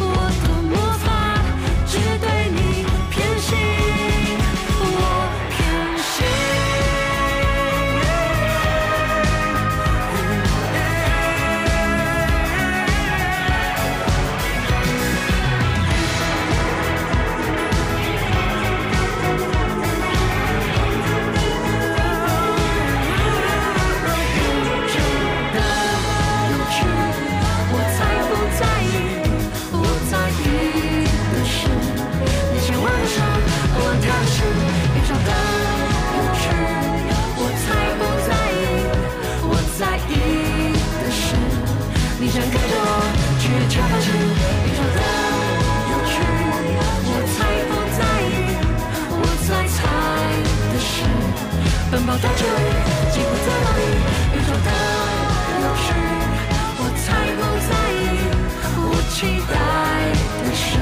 Speaker 7: 我的魔法只对你偏心，我偏心。有趣，我才不在意，我在意的是你牵我的手，我的是宇宙的有趣，我才不在意，我在意的是你想跟着我去超凡是宇宙的有趣，我才不在意，我在猜的是奔跑在这里，机会在哪里，宇宙的有趣。我才不在意，我期待的是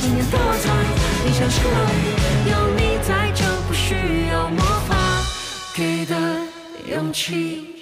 Speaker 7: 今年的晚餐，你想去哪里？有你在就不需要魔法给的勇气。